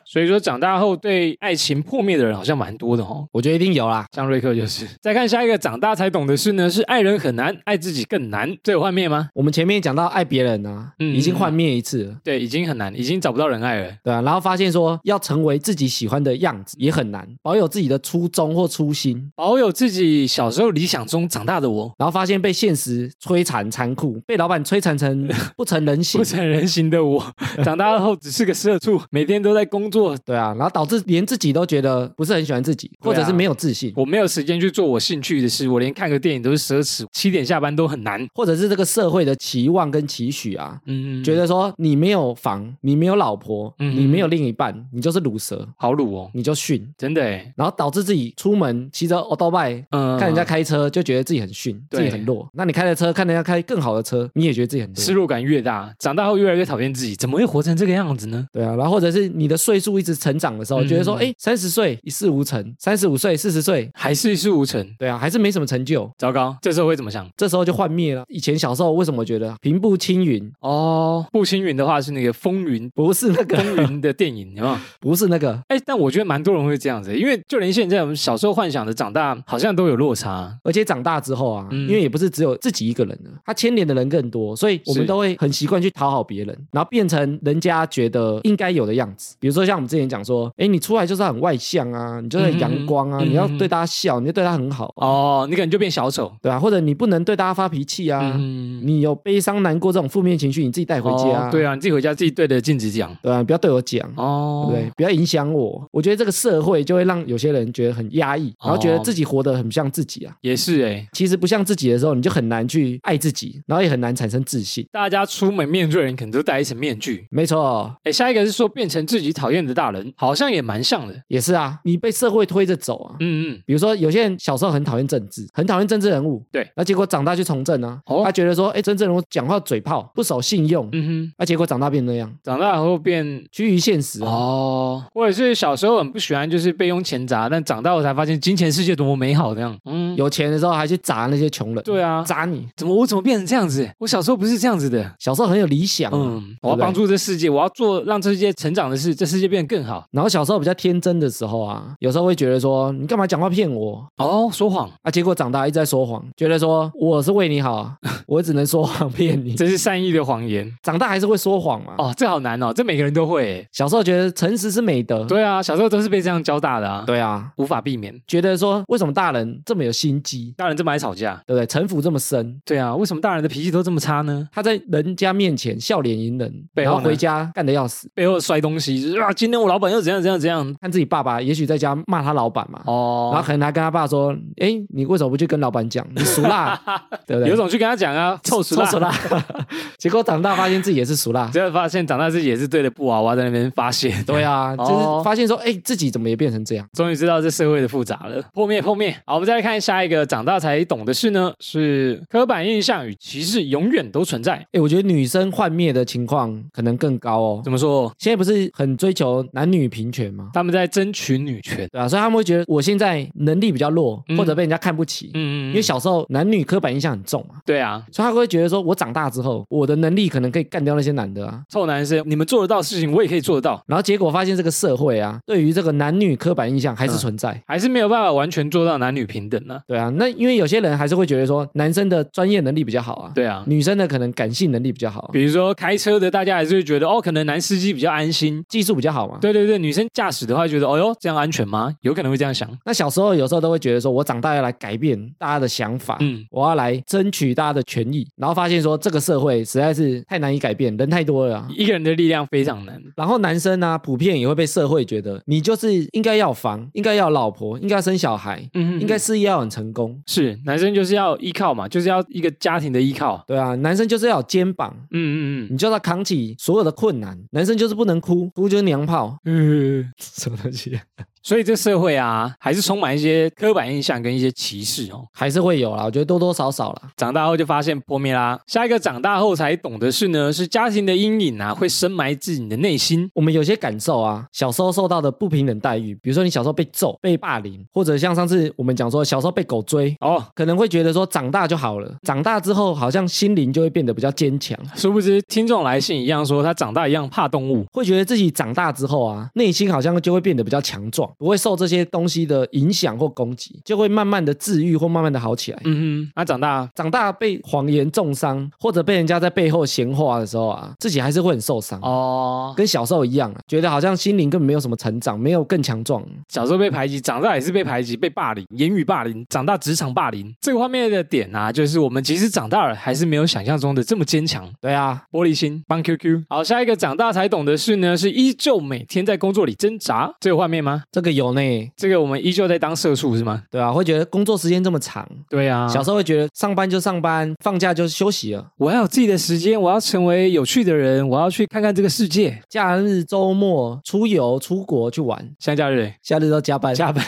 [SPEAKER 1] 所以说，长大后对爱情破灭的人好像蛮多的哦。
[SPEAKER 2] 我觉得一定有啦，
[SPEAKER 1] 像瑞克就是。再看下一个，长大才懂的事呢，是爱人很难，爱自己更难。这有幻灭吗？
[SPEAKER 2] 我们前面讲到爱别人啊，
[SPEAKER 1] 嗯
[SPEAKER 2] 已经幻灭一次了，
[SPEAKER 1] 对，已经很难，已经找不到人爱了。
[SPEAKER 2] 对啊，然后发现说要成为自己喜欢的样子也很难，保有自己的初衷或初心，
[SPEAKER 1] 保有自己小时候理想中长大的我，
[SPEAKER 2] 然后发现被现实摧残残酷，被老板摧残成不成人形
[SPEAKER 1] [LAUGHS] 不。成人形的
[SPEAKER 2] [LAUGHS]
[SPEAKER 1] 我，长大后只是个社畜，每天都在工作。
[SPEAKER 2] 对啊，然后导致连自己都觉得不是很喜欢自己，
[SPEAKER 1] 对啊
[SPEAKER 2] 或者是没有自信，
[SPEAKER 1] 我没有时间去做我兴趣的事，我连看个电影都是奢侈，七点下班都很难。
[SPEAKER 2] 或者是这个社会的期望跟期许啊，
[SPEAKER 1] 嗯，
[SPEAKER 2] 觉得说你没有房，你没有老婆，
[SPEAKER 1] 嗯
[SPEAKER 2] 你没有另一半，你就是乳蛇，
[SPEAKER 1] 好鲁哦，
[SPEAKER 2] 你就逊，
[SPEAKER 1] 真的哎，
[SPEAKER 2] 然后导致自己出门骑着 o d o b i
[SPEAKER 1] 嗯
[SPEAKER 2] 看人家开车就觉得自己很逊，
[SPEAKER 1] 对
[SPEAKER 2] 自己很弱。那你开了车，看人家开更好的车，你也觉得自己很
[SPEAKER 1] 失
[SPEAKER 2] 弱。
[SPEAKER 1] 落感越大，长大后越来越讨厌自己，怎么会活成这个样子呢？
[SPEAKER 2] 对啊，然后或者是你的岁数一直成长的时候，
[SPEAKER 1] 嗯
[SPEAKER 2] 觉得说，哎，三十岁一事无成，三十五岁、四十岁
[SPEAKER 1] 还是一事无成，
[SPEAKER 2] 对啊，还是没什么成就。
[SPEAKER 1] 糟糕，这时候会怎么想？
[SPEAKER 2] 这时候就幻灭了。以前小时候为什么觉得平步青云。
[SPEAKER 1] 哦，步青云的话是那个风云
[SPEAKER 2] [LAUGHS] 不是那个，
[SPEAKER 1] 风云的电影有没有？
[SPEAKER 2] 不是那个，
[SPEAKER 1] 哎，但我觉得蛮多人会这样子，因为就连现在我们小时候幻想的，长大好像都有落差。
[SPEAKER 2] 而且长大之后啊，
[SPEAKER 1] 嗯
[SPEAKER 2] 因为也不是只有自己一个人了，他牵连的人更多，所以我们
[SPEAKER 1] 是
[SPEAKER 2] 都会很习惯去讨好别人，然后变成人家觉得应该有的样子。比如说像我们之前讲说，哎，你出来就是很外向啊，你就是很阳光啊，
[SPEAKER 1] 嗯嗯嗯
[SPEAKER 2] 你要对大家笑，你要对他很好，
[SPEAKER 1] 哦，你可能就变小丑。
[SPEAKER 2] 对啊，或者你不能对大家发脾气啊，
[SPEAKER 1] 嗯，
[SPEAKER 2] 你有悲伤难过这种负面情绪，你自己带回家、
[SPEAKER 1] 哦对
[SPEAKER 2] 啊，
[SPEAKER 1] 啊，你自己回家自己对着镜子讲。
[SPEAKER 2] 对啊，不要对我讲。
[SPEAKER 1] 哦，
[SPEAKER 2] 对不对？不要影响我。我觉得这个社会就会让有些人觉得很压抑，
[SPEAKER 1] 哦
[SPEAKER 2] 然后觉得自己活得很不像自己啊。
[SPEAKER 1] 也是哎。
[SPEAKER 2] 其实不像自己的时候，你就很难去爱自己，然后也很难产生自信。
[SPEAKER 1] 大家出门面对人，可能都戴一层面具。
[SPEAKER 2] 没错，
[SPEAKER 1] 哎，下一个是说变成自己讨厌的大人，好像也蛮像的。
[SPEAKER 2] 也是啊，你被社会推着走啊。
[SPEAKER 1] 嗯嗯，
[SPEAKER 2] 比如说，有些人小时候很讨厌政治，很讨厌政治人物，
[SPEAKER 1] 对，
[SPEAKER 2] 那结果长大去从政啊，
[SPEAKER 1] 哦
[SPEAKER 2] 他觉得说，哎，政治人物讲话嘴炮，不守信用，
[SPEAKER 1] 嗯哼，
[SPEAKER 2] 那结果长大变那样，
[SPEAKER 1] 长大后变
[SPEAKER 2] 趋于现实啊。
[SPEAKER 1] 哦，我也是小时候很不喜欢就是被用钱砸，但长大后才发现金钱世界多么美好这样。嗯，
[SPEAKER 2] 有钱的时候还去砸那些穷人，
[SPEAKER 1] 对啊，
[SPEAKER 2] 砸你。
[SPEAKER 1] 怎么我怎么变成这样子？我小时候不是这样子的。
[SPEAKER 2] 小时候很有理想啊，
[SPEAKER 1] 嗯，我要
[SPEAKER 2] 对不对
[SPEAKER 1] 帮助这世界，我要做让这世界成长的事，这世界变得更好。
[SPEAKER 2] 然后小时候比较天真的时候啊，有时候会觉得说你干嘛讲话骗我
[SPEAKER 1] 哦，说谎
[SPEAKER 2] 啊？结果长大一直在说谎，觉得说我是为你好啊，我只能说谎骗你。
[SPEAKER 1] 这是善意的谎言
[SPEAKER 2] 长大还是会说谎嘛？
[SPEAKER 1] 哦，这好难哦，这每个人都会耶。
[SPEAKER 2] 小时候觉得诚实是美德，
[SPEAKER 1] 对啊，小时候都是被这样教大的啊，
[SPEAKER 2] 对啊，
[SPEAKER 1] 无法避免。
[SPEAKER 2] 觉得说为什么大人这么有心机，
[SPEAKER 1] 大人这么爱吵架，
[SPEAKER 2] 对不对？城府这么深，
[SPEAKER 1] 对啊，为什么大人的脾气都这么差呢？
[SPEAKER 2] 他在人家面前笑脸迎人，
[SPEAKER 1] 背后
[SPEAKER 2] 然后
[SPEAKER 1] 呢
[SPEAKER 2] 回家干得要死，
[SPEAKER 1] 背后摔东西，就是啊，今天我老板又怎样怎样怎样。
[SPEAKER 2] 看自己爸爸也许在家骂他老板嘛，
[SPEAKER 1] 哦，
[SPEAKER 2] 然后可能还跟他爸说：“哎，你为什么不去跟老板讲？你俗
[SPEAKER 1] [LAUGHS]
[SPEAKER 2] 辣，对不对？”
[SPEAKER 1] 有种去跟他讲啊，臭死
[SPEAKER 2] 俗
[SPEAKER 1] 啦！
[SPEAKER 2] 辣，
[SPEAKER 1] [LAUGHS]
[SPEAKER 2] 结果长大发现自己也是俗辣。
[SPEAKER 1] 结果发现长大自己也是对着布娃娃在那边发泄。
[SPEAKER 2] 对啊，就是
[SPEAKER 1] 哦
[SPEAKER 2] 发现说，哎，自己怎么也变成这样？
[SPEAKER 1] [LAUGHS] 终于知道这社会的复杂了。破灭，破灭。好，我们再来看下一个长大才懂的事呢，是刻板印象与歧视永远都存在。
[SPEAKER 2] 哎，我觉得女生幻灭的情况可能更高哦。
[SPEAKER 1] 怎么说？
[SPEAKER 2] 现在不是很追求男女平权吗？
[SPEAKER 1] 他们在争取女权。
[SPEAKER 2] 对啊，所以他们会觉得我现在能力比较弱，
[SPEAKER 1] 嗯
[SPEAKER 2] 或者被人家看不起，
[SPEAKER 1] 嗯嗯，
[SPEAKER 2] 因
[SPEAKER 1] 因
[SPEAKER 2] 为
[SPEAKER 1] 为小
[SPEAKER 2] 小时候男女刻板印象很重嘛，
[SPEAKER 1] 对啊，
[SPEAKER 2] 所以他会觉得说，我长大之后，我的能力可能可以干掉那些男的啊。
[SPEAKER 1] 臭男生，你们做得到的事情，我也可以做得到，
[SPEAKER 2] 然后结果发现这个社会啊，对于这个男女刻板印象还
[SPEAKER 1] 嗯
[SPEAKER 2] 是存在。
[SPEAKER 1] 还是没有办法完全做到男女平等呢、
[SPEAKER 2] 对啊，那因为有些人还是会觉得说，男生的专业能力比较好啊，
[SPEAKER 1] 对啊，
[SPEAKER 2] 女生的可能感性能力比较好啊，
[SPEAKER 1] 比如说开车的，大家还是会觉得哦，可能男司机比较安心。
[SPEAKER 2] 技术比较好嘛。
[SPEAKER 1] 对对对，女生驾驶的话，觉得哦哟，这样安全吗？有可能会这样想。
[SPEAKER 2] 那小时候有时候都会觉得说，我长大要来改变大家的想法，
[SPEAKER 1] 嗯
[SPEAKER 2] 我要来争取大家的权益，然后发现说这个社会实在是太难以改变，人太多了、啊。
[SPEAKER 1] 一个人的力量非常难。
[SPEAKER 2] 然后男生呢、啊普遍也会被社会觉得你就是应该要有房，应该要有老婆，应该要生小孩，
[SPEAKER 1] 嗯
[SPEAKER 2] 应该事业要很成功。
[SPEAKER 1] 是男生就是要依靠嘛，就是要一个家庭的依靠。
[SPEAKER 2] 对啊，男生就是要有肩膀，
[SPEAKER 1] 嗯嗯
[SPEAKER 2] 你就要扛起所有的困难。男生就是不能哭，哭就是娘炮，
[SPEAKER 1] 嗯。嗯，
[SPEAKER 2] [LAUGHS] 什么东西、啊
[SPEAKER 1] 所以这社会啊，还是充满一些刻板印象跟一些歧视哦。
[SPEAKER 2] 还是会有啦。我觉得多多少少啦。
[SPEAKER 1] 长大后就发现破灭啦。下一个长大后才懂的是呢，是家庭的阴影啊，会深埋自己的内心。
[SPEAKER 2] 我们有些感受啊，小时候受到的不平等待遇，比如说你小时候被揍、被霸凌，或者像上次我们讲说小时候被狗追，
[SPEAKER 1] 哦，
[SPEAKER 2] 可能会觉得说长大就好了，长大之后好像心灵就会变得比较坚强，
[SPEAKER 1] 殊不知听众来信一样说，他长大一样怕动物。
[SPEAKER 2] 会觉得自己长大之后啊，内心好像就会变得比较强壮，不会受这些东西的影响或攻击，就会慢慢的治愈或慢慢的好起来。
[SPEAKER 1] 嗯哼，那、长大
[SPEAKER 2] 长大被谎言重伤，或者被人家在背后闲话的时候啊，自己还是会很受伤。
[SPEAKER 1] 哦，
[SPEAKER 2] 跟小时候一样、啊，觉得好像心灵根本没有什么成长，没有更强壮。
[SPEAKER 1] 小时候被排挤，长大也是被排挤、被霸凌、言语霸凌，长大职场霸凌。这个方面的点啊，就是我们即使长大了，还是没有想象中的这么坚强。
[SPEAKER 2] 对啊，
[SPEAKER 1] 玻璃心，帮 QQ。好，下一个长大才懂的事呢，是依旧每天在工作里挣扎。这有画面吗？
[SPEAKER 2] 这个有呢，
[SPEAKER 1] 这个我们依旧在当社畜是吗？
[SPEAKER 2] 对啊，会觉得工作时间这么长，
[SPEAKER 1] 对啊，
[SPEAKER 2] 小时候会觉得上班就上班，放假就休息了，
[SPEAKER 1] 我要有自己的时间，我要成为有趣的人，我要去看看这个世界。
[SPEAKER 2] 假日、周末出游、出国去玩，
[SPEAKER 1] 像假日
[SPEAKER 2] 假日都加班，
[SPEAKER 1] 加班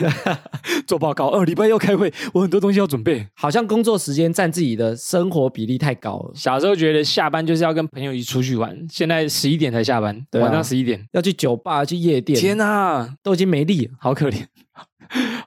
[SPEAKER 1] 做报告，哦，礼拜要开会，我很多东西要准备。
[SPEAKER 2] [LAUGHS] 好像工作时间占自己的生活比例太高了，
[SPEAKER 1] 小时候觉得下班就是要跟朋友一起出去玩，现在十一点才下班，
[SPEAKER 2] 对啊
[SPEAKER 1] 晚上十一点。
[SPEAKER 2] 要去酒吧、去夜店，
[SPEAKER 1] 天啊，
[SPEAKER 2] 都已经没力了。
[SPEAKER 1] 好可怜， [LAUGHS]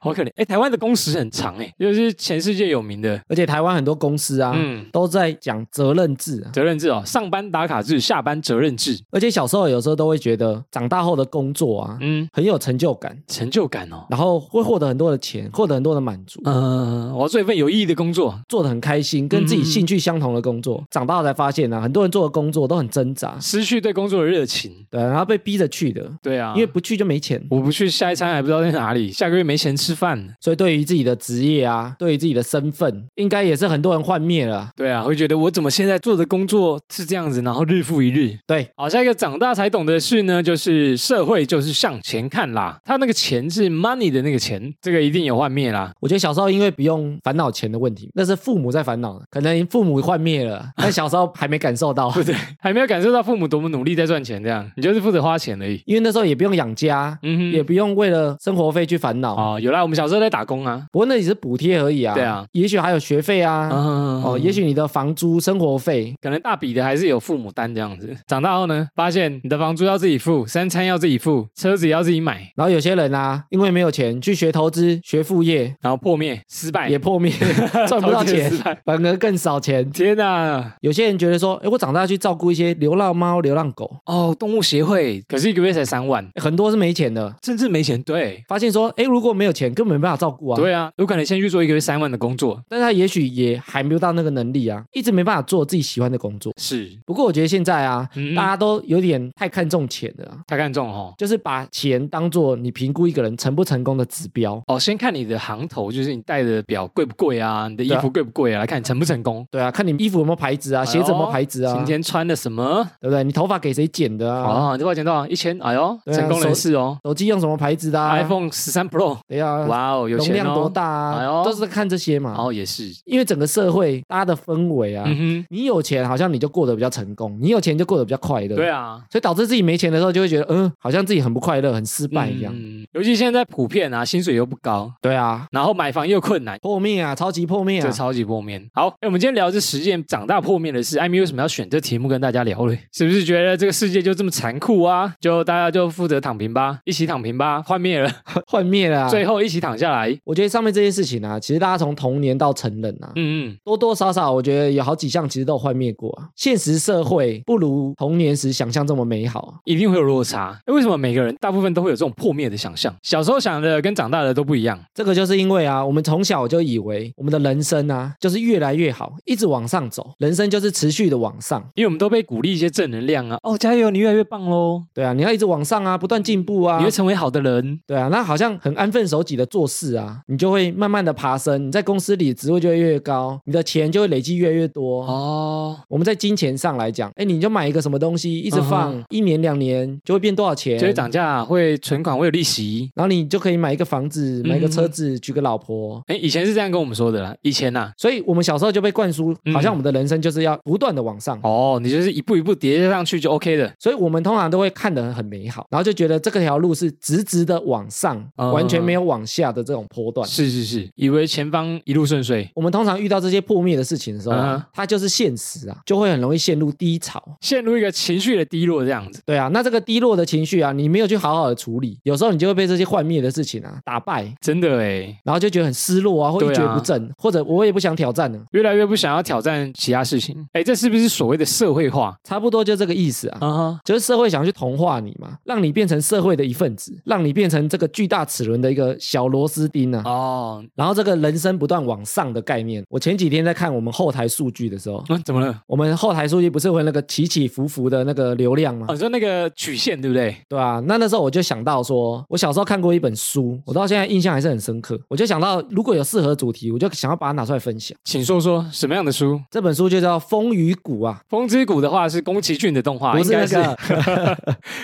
[SPEAKER 1] 好可怜。哎，台湾的工时很长哎，就是全世界有名的。
[SPEAKER 2] 而且台湾很多公司啊，
[SPEAKER 1] 嗯
[SPEAKER 2] 都在讲责任制啊。
[SPEAKER 1] 责任制哦，上班打卡制，下班责任制，
[SPEAKER 2] 而且小时候有时候都会觉得，长大后的工作啊，
[SPEAKER 1] 嗯，
[SPEAKER 2] 很有成就感，
[SPEAKER 1] 成就感哦。
[SPEAKER 2] 然后会获得很多的钱，获得很多的满足，
[SPEAKER 1] 嗯、我要做一份有意义的工作，
[SPEAKER 2] 做的很开心，跟
[SPEAKER 1] 嗯
[SPEAKER 2] 自己兴趣相同的工作。长大后才发现啊，很多人做的工作都很挣扎，
[SPEAKER 1] 失去对工作的热情。
[SPEAKER 2] 对，啊然后被逼着去的，
[SPEAKER 1] 对啊，
[SPEAKER 2] 因为不去就没钱。
[SPEAKER 1] 我不去，下一餐还不知道在哪里，下个月没钱吃饭。
[SPEAKER 2] 所以对于自己的职业啊，对于自己的身份，应该也是很多人幻灭了啊。
[SPEAKER 1] 对啊，会觉得我怎么现在做的工作是这样子，然后日复一日。
[SPEAKER 2] 对，
[SPEAKER 1] 好，下一个长大才懂的事呢，就是社会就是向前看啦。他那个钱是 money 的那个钱，这个一定有幻灭啦。
[SPEAKER 2] 我觉得小时候因为不用烦恼钱的问题，那是父母在烦恼的，可能父母幻灭了，但小时候还没感受
[SPEAKER 1] [LAUGHS]
[SPEAKER 2] 到，对对？
[SPEAKER 1] 还没有感受到父母多么努力在赚钱，这样你就是负责花钱而已。
[SPEAKER 2] 因为那时候也不用养家，
[SPEAKER 1] 嗯
[SPEAKER 2] 也
[SPEAKER 1] 哼，
[SPEAKER 2] 不用为了生活费去烦恼。
[SPEAKER 1] 哦，有啦，我们小时候在打工啊。
[SPEAKER 2] 不过那只是补贴而已啊，
[SPEAKER 1] 对啊，
[SPEAKER 2] 也许还有学费啊，
[SPEAKER 1] 嗯
[SPEAKER 2] 哦，也许你的房租、生活费，
[SPEAKER 1] 可能大笔的还是有父母担这样子。长大后呢，发现你的房租要自己付，三餐要自己付，车子也要自己买，
[SPEAKER 2] 然后有些人啊，因为没有钱去学投资、学副业，
[SPEAKER 1] 然后破灭失败
[SPEAKER 2] 也
[SPEAKER 1] [LAUGHS]
[SPEAKER 2] 破灭，赚不到钱
[SPEAKER 1] 哎投资失败，
[SPEAKER 2] 反而更少钱。
[SPEAKER 1] 天哪！
[SPEAKER 2] 有些人觉得说，哎，我长大去照顾一些流浪猫、流浪狗，
[SPEAKER 1] 哦，动物协会，可是一个月才三万，
[SPEAKER 2] 很多是没钱的。
[SPEAKER 1] 甚至没钱。对，
[SPEAKER 2] 发现说，哎，如果没有钱，根本没办法照顾啊。
[SPEAKER 1] 对啊，有可能先去做一个月三万的工作，
[SPEAKER 2] 但是他也许也还没有到那个能力啊，一直没办法做自己喜欢的工作。
[SPEAKER 1] 是
[SPEAKER 2] 不过我觉得现在啊，
[SPEAKER 1] 嗯
[SPEAKER 2] 大家都有点太看重钱了啊、
[SPEAKER 1] 太看重哦。
[SPEAKER 2] 就是把钱当做你评估一个人成不成功的指标。
[SPEAKER 1] 哦，先看你的行头，就是你戴的表贵不贵啊，你的衣
[SPEAKER 2] 对啊
[SPEAKER 1] 服贵不贵啊，来看你成不成功，
[SPEAKER 2] 对啊，看你衣服有没有牌子啊，
[SPEAKER 1] 哎呦
[SPEAKER 2] 鞋子有没有牌子啊，
[SPEAKER 1] 今
[SPEAKER 2] 对
[SPEAKER 1] 天穿的什么？
[SPEAKER 2] 不对？你头发给谁剪的啊？
[SPEAKER 1] 哦，你多少钱？多少？一千？哎呦，
[SPEAKER 2] 对啊
[SPEAKER 1] 成功人士哦。
[SPEAKER 2] 手机用什么牌子的啊
[SPEAKER 1] iPhone 十三 Pro，
[SPEAKER 2] 对啊，
[SPEAKER 1] 哇哦，有
[SPEAKER 2] 容
[SPEAKER 1] 钱
[SPEAKER 2] 量多
[SPEAKER 1] 哦。
[SPEAKER 2] 大
[SPEAKER 1] 哎
[SPEAKER 2] 啊？
[SPEAKER 1] 呦
[SPEAKER 2] 都是看这些嘛。
[SPEAKER 1] 哦，也是，
[SPEAKER 2] 因为整个社会大家的氛围啊，
[SPEAKER 1] 嗯
[SPEAKER 2] 你有钱好像你就过得比较成功，你有钱就过得比较快乐。
[SPEAKER 1] 哼，对啊，
[SPEAKER 2] 所以导致自己没钱的时候，就会觉得，嗯，好像自己很不快乐、很失败一样。
[SPEAKER 1] 嗯，尤其现在普遍啊，薪水又不高，
[SPEAKER 2] 对啊，
[SPEAKER 1] 然后买房又困难。
[SPEAKER 2] 破灭啊，超级破灭
[SPEAKER 1] 这
[SPEAKER 2] 啊！
[SPEAKER 1] 超级破面。好，哎，我们今天聊这十件长大破面的事，艾米为什么要选这题目跟大家聊嘞？是不是觉得这个世界就这么残酷啊？就大家就负责躺平吧，一起躺平吧，幻灭了，
[SPEAKER 2] 幻灭了、啊。
[SPEAKER 1] 最后一起躺下来。嗯
[SPEAKER 2] 我觉得上面这些事情啊，其实大家从童年到成人啊，
[SPEAKER 1] 嗯嗯，
[SPEAKER 2] 多多少少，我觉得有好几项其实都有幻灭过啊。现实社会不如童年时想象这么美好啊。
[SPEAKER 1] 一定会有落差。哎，为什么每个人大部分都会有这种破灭的想象？小时候想的跟长大的都不一样。
[SPEAKER 2] 这个就是因为啊，我们从小就以为我们的人生啊，就是越来越好，一直往上走，人生就是持续的往上。
[SPEAKER 1] 因为我们都被鼓励一些正能量啊，哦，加油，你越来越棒喽，
[SPEAKER 2] 对啊，你要一直往上啊，不断进步啊
[SPEAKER 1] 你会。成为好的人。
[SPEAKER 2] 对啊，那好像很安分守己的做事啊，你就会慢慢的爬升，你在公司里职位就会越高，你的钱就会累积越来越多。
[SPEAKER 1] 哦，
[SPEAKER 2] 我们在金钱上来讲，哎，你就买一个什么东西，一直放，
[SPEAKER 1] 嗯
[SPEAKER 2] 一年两年就会变多少钱，
[SPEAKER 1] 就会涨价，会存款，会有利息。
[SPEAKER 2] 然后你就可以买一个房子，买一个
[SPEAKER 1] 嗯
[SPEAKER 2] 车子，娶个老婆。
[SPEAKER 1] 哎，以前是这样跟我们说的啦，以前呐、啊
[SPEAKER 2] 所以，我们小时候就被灌输，
[SPEAKER 1] 嗯
[SPEAKER 2] 好像我们的人生就是要不断的往上。
[SPEAKER 1] 哦，你就是一步一步叠上去就 OK 的。
[SPEAKER 2] 所以，我们通常都会看得很美好，然后就觉得这个条路是直直的往上，
[SPEAKER 1] 嗯
[SPEAKER 2] 完全没有往下的这种坡段。
[SPEAKER 1] 是是是，以为前方一路顺遂，
[SPEAKER 2] 我们通常遇到这些破灭的事情的时候啊
[SPEAKER 1] 嗯哼
[SPEAKER 2] 它就是现实啊，就会很容易陷入低潮。
[SPEAKER 1] 陷入一个情绪的低落这样子。
[SPEAKER 2] 对啊，那这个低落的情绪啊，你没有去好好的处理，有时候你就会被这些幻灭的事情啊打败，
[SPEAKER 1] 真的诶，
[SPEAKER 2] 然后就觉得很失落啊，或一
[SPEAKER 1] 对啊
[SPEAKER 2] 蹶不振，或者我也不想挑战了、
[SPEAKER 1] 越来越不想要挑战其他事情。诶，这是不是所谓的社会化？
[SPEAKER 2] 差不多就这个意思啊。
[SPEAKER 1] 啊哈，
[SPEAKER 2] 就是社会想要去同化你嘛，让你变成社会的一份子，让你变成这个巨大齿轮的一个小螺丝钉啊。
[SPEAKER 1] 哦，
[SPEAKER 2] 然后这个人生不断往上的概念，我前几天在看我们后台数据的时候，
[SPEAKER 1] 嗯，怎么了？
[SPEAKER 2] 我们后台数据不是会有那个起起伏伏的那个流量吗
[SPEAKER 1] 哦，？你说那个曲线对不对？
[SPEAKER 2] 对啊，那那时候我就想到说，我小时候看过一本书，我到现在印象还是很深刻。我就想到，如果有适合主题，我就想要把它拿出来分享。
[SPEAKER 1] 请说说什么样的书？《
[SPEAKER 2] 这本书就叫《风雨谷》啊，
[SPEAKER 1] 风之谷》的话是宫崎骏的动画，
[SPEAKER 2] 不是
[SPEAKER 1] 啊应该
[SPEAKER 2] 那
[SPEAKER 1] 是
[SPEAKER 2] 个。
[SPEAKER 1] [LAUGHS]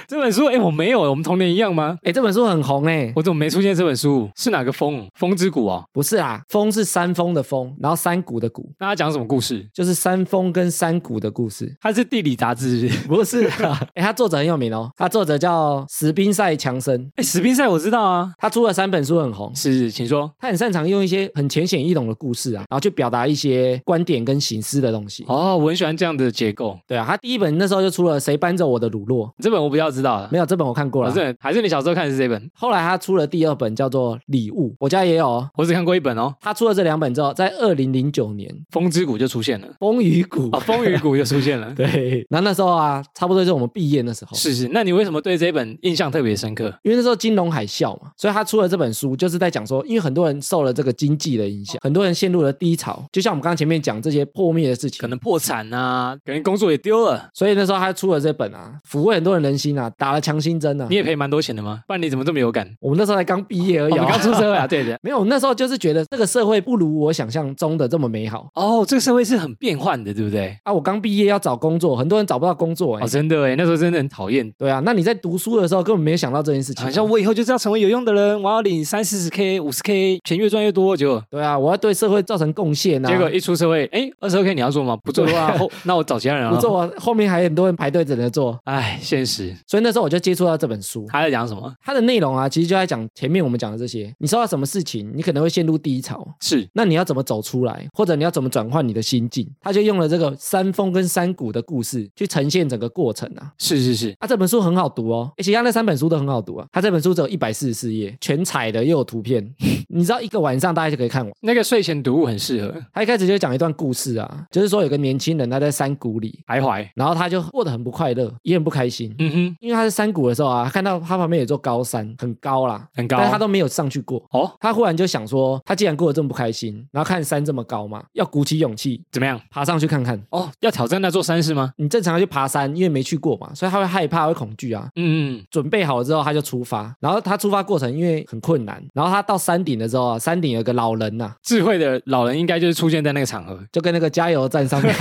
[SPEAKER 1] 这本书。诶，我没有，我们童年一样吗？
[SPEAKER 2] 哎，这本书很红哎、
[SPEAKER 1] 我怎么没出现这本书？是哪个风？风之谷哦。
[SPEAKER 2] 不是啊，风是山峰的风，然后山谷的谷，
[SPEAKER 1] 那它讲什么故事？
[SPEAKER 2] 就是山峰跟山谷的故事。
[SPEAKER 1] 它是地理杂志是 [LAUGHS] 不是。
[SPEAKER 2] 不是啊，哎，他作者很有名哦，他作者叫史宾塞强森，
[SPEAKER 1] 哎，史宾赛我知道啊。
[SPEAKER 2] 他出了三本书很红。
[SPEAKER 1] 是，请说。
[SPEAKER 2] 他很擅长用一些很浅显易懂的故事啊，然后去表达一些观点跟醒思的东西。
[SPEAKER 1] 哦，我很喜欢这样的结构。
[SPEAKER 2] 对啊，他第一本那时候就出了《谁搬走我的乳酪》，
[SPEAKER 1] 这本我比较知道了，
[SPEAKER 2] 没有这啊本我看过
[SPEAKER 1] 反
[SPEAKER 2] 了。
[SPEAKER 1] 正还是你小时候看的是这本，
[SPEAKER 2] 后来他出了第二本叫做《礼物》，我家也有哦。
[SPEAKER 1] 我只看过一本哦，
[SPEAKER 2] 他出了这两本之后，在二零零九年《
[SPEAKER 1] 《风之谷》就出现了，
[SPEAKER 2] 风雨谷。
[SPEAKER 1] 啊，》风雨谷》就出现了
[SPEAKER 2] [LAUGHS] 对，那那时候啊，差不多就是我们毕业那时候。
[SPEAKER 1] 是是，那你为什么对这本印象特别深刻？
[SPEAKER 2] 因为那时候金融海啸嘛，所以他出了这本书，就是在讲说，因为很多人受了这个经济的影响，
[SPEAKER 1] 哦
[SPEAKER 2] 很多人陷入了低潮，就像我们刚刚前面讲这些破灭的事
[SPEAKER 1] 可
[SPEAKER 2] 情。
[SPEAKER 1] 能破产啊，可能工作也丢了，
[SPEAKER 2] 所以那时候他出了这本啊，抚慰很多人人心啊，打了强心针啊
[SPEAKER 1] 你。也赔蛮多钱的吗？不然你怎么这么有感？
[SPEAKER 2] 我们那时候才刚毕业而已、
[SPEAKER 1] 我
[SPEAKER 2] 啊，
[SPEAKER 1] 们刚出社会啊，对的。
[SPEAKER 2] 没有，那时候就是觉得这个社会不如我想象中的这么美好
[SPEAKER 1] [LAUGHS] 哦，这个社会是很变幻的，对不对？
[SPEAKER 2] 啊！我刚毕业要找工作，很多人找不到工作、欸，
[SPEAKER 1] 哦，真的哎，那时候真的很讨厌，
[SPEAKER 2] 对啊，那你在读书的时候根本没有想到这件事情啊、
[SPEAKER 1] 好像我以后就是要成为有用的人，我要领三四十 k、五十 k，钱越赚越多。结果
[SPEAKER 2] 对啊，我要对社会造成贡献啊！
[SPEAKER 1] 结果一出社会，哎，二十 k 你要做吗？不做的话，后那我找其他人啊。 [LAUGHS]
[SPEAKER 2] 不，做啊，后面还有很多人排队等着做，
[SPEAKER 1] 哎，现实。
[SPEAKER 2] 所以那时候我就接触到这本书。
[SPEAKER 1] 他在讲什么？
[SPEAKER 2] 它的内容啊，其实就在讲前面我们讲的这些。你受到什么事情，你可能会陷入低潮，
[SPEAKER 1] 是
[SPEAKER 2] 那你要怎么走出来，或者你要怎么转换你的心境？他就用了这个山峰跟山谷的故事去呈现整个过程啊。
[SPEAKER 1] 是是是，
[SPEAKER 2] 啊，这本书很好读哦，而且他那三本书都很好读啊。他这本书只有一百四十四页，全彩的，又有图片， [LAUGHS] 你知道一个晚上大概就可以看完。
[SPEAKER 1] 那个睡前读物很适合。
[SPEAKER 2] 他一开始就讲一段故事啊，就是说有个年轻人他在山谷里，
[SPEAKER 1] 徘徊。
[SPEAKER 2] 然后他就过得很不快乐，也很不开心。
[SPEAKER 1] 嗯哼，
[SPEAKER 2] 因为他在山谷的时候啊，看到他旁边有座高山，很高啦，
[SPEAKER 1] 很高。
[SPEAKER 2] 但是他都没有上去过。
[SPEAKER 1] 哦，
[SPEAKER 2] 他忽然就想说，他既然过得这么不开心，然后看山这么高嘛，要鼓起勇气
[SPEAKER 1] 怎么样？
[SPEAKER 2] 爬上去看看。
[SPEAKER 1] 哦，要挑战那座山是吗？
[SPEAKER 2] 你正常去爬山，因为没去过嘛，所以他会害怕，会恐惧啊。
[SPEAKER 1] 嗯嗯，
[SPEAKER 2] 准备好了之后，他就出发。然后他出发过程因为很困难，然后他到山顶了之后啊，山顶有个老人呐、啊
[SPEAKER 1] 智慧的老人应该就是出现在那个场合，
[SPEAKER 2] 就跟那个加油站
[SPEAKER 1] [LAUGHS]
[SPEAKER 2] 上面，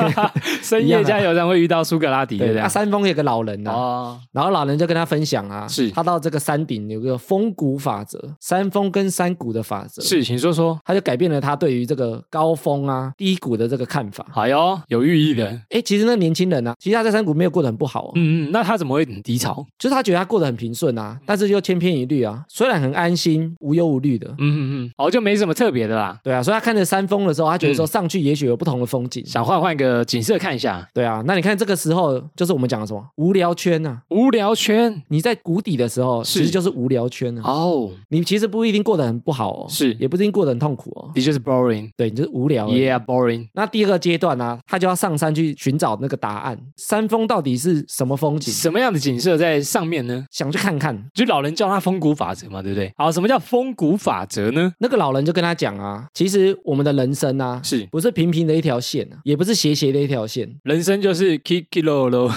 [SPEAKER 1] 深
[SPEAKER 2] 一样
[SPEAKER 1] 夜
[SPEAKER 2] 啊
[SPEAKER 1] 加油站会遇到苏格拉底，对不
[SPEAKER 2] 对
[SPEAKER 1] 对
[SPEAKER 2] 啊，？山峰有个老人呐、啊
[SPEAKER 1] 哦，
[SPEAKER 2] 然后老人就跟他分享啊，
[SPEAKER 1] 是
[SPEAKER 2] 他到这个山顶有个峰谷法则，山峰跟山谷的法则，
[SPEAKER 1] 是，请说说。
[SPEAKER 2] 他就改变了他对于这个高峰啊、低谷的这个看法。
[SPEAKER 1] 好哟，有寓意的。
[SPEAKER 2] 哎，其实那年轻人啊，其实他在山谷没有过得很不好、哦，
[SPEAKER 1] 嗯嗯，那他怎么会很低潮？
[SPEAKER 2] 就是他觉得他过得很平顺
[SPEAKER 1] 嗯
[SPEAKER 2] 啊，但是又千篇一律啊，虽然很安心、无忧无虑的。
[SPEAKER 1] 嗯嗯嗯，哦，就没什么特别的啦，
[SPEAKER 2] 对啊，所以他看着山峰的时候，他觉
[SPEAKER 1] 嗯
[SPEAKER 2] 得说上去也许有不同的风景。
[SPEAKER 1] 想换换个景色看一下。
[SPEAKER 2] 对啊，那你看这个时候就是我们讲的什么无聊圈啊？
[SPEAKER 1] 无聊圈
[SPEAKER 2] 你在谷底的时候，
[SPEAKER 1] 是
[SPEAKER 2] 其实就是无聊圈啊。
[SPEAKER 1] 哦，
[SPEAKER 2] 你其实不一定过得很不好哦，
[SPEAKER 1] 是
[SPEAKER 2] 也不一定过得很痛苦哦。
[SPEAKER 1] 的确是 boring。
[SPEAKER 2] 对，你就是无聊而已。
[SPEAKER 1] Yeah, boring。
[SPEAKER 2] 那第二个阶段呢、啊，他就要上山去寻找那个答案，山峰到底是什么风景，
[SPEAKER 1] 什么样的景色在上面呢？
[SPEAKER 2] 想去看看。
[SPEAKER 1] 就老人叫它风骨法则嘛，对不对？好，什么叫风骨法则呢？
[SPEAKER 2] 那个老人就跟他讲啊，其实我们的人生啊，
[SPEAKER 1] 是
[SPEAKER 2] 不是平平的一条线啊，也不是斜斜的一
[SPEAKER 1] [LAUGHS]
[SPEAKER 2] 条线，
[SPEAKER 1] 人生就是 k i k i l o l [LAUGHS] o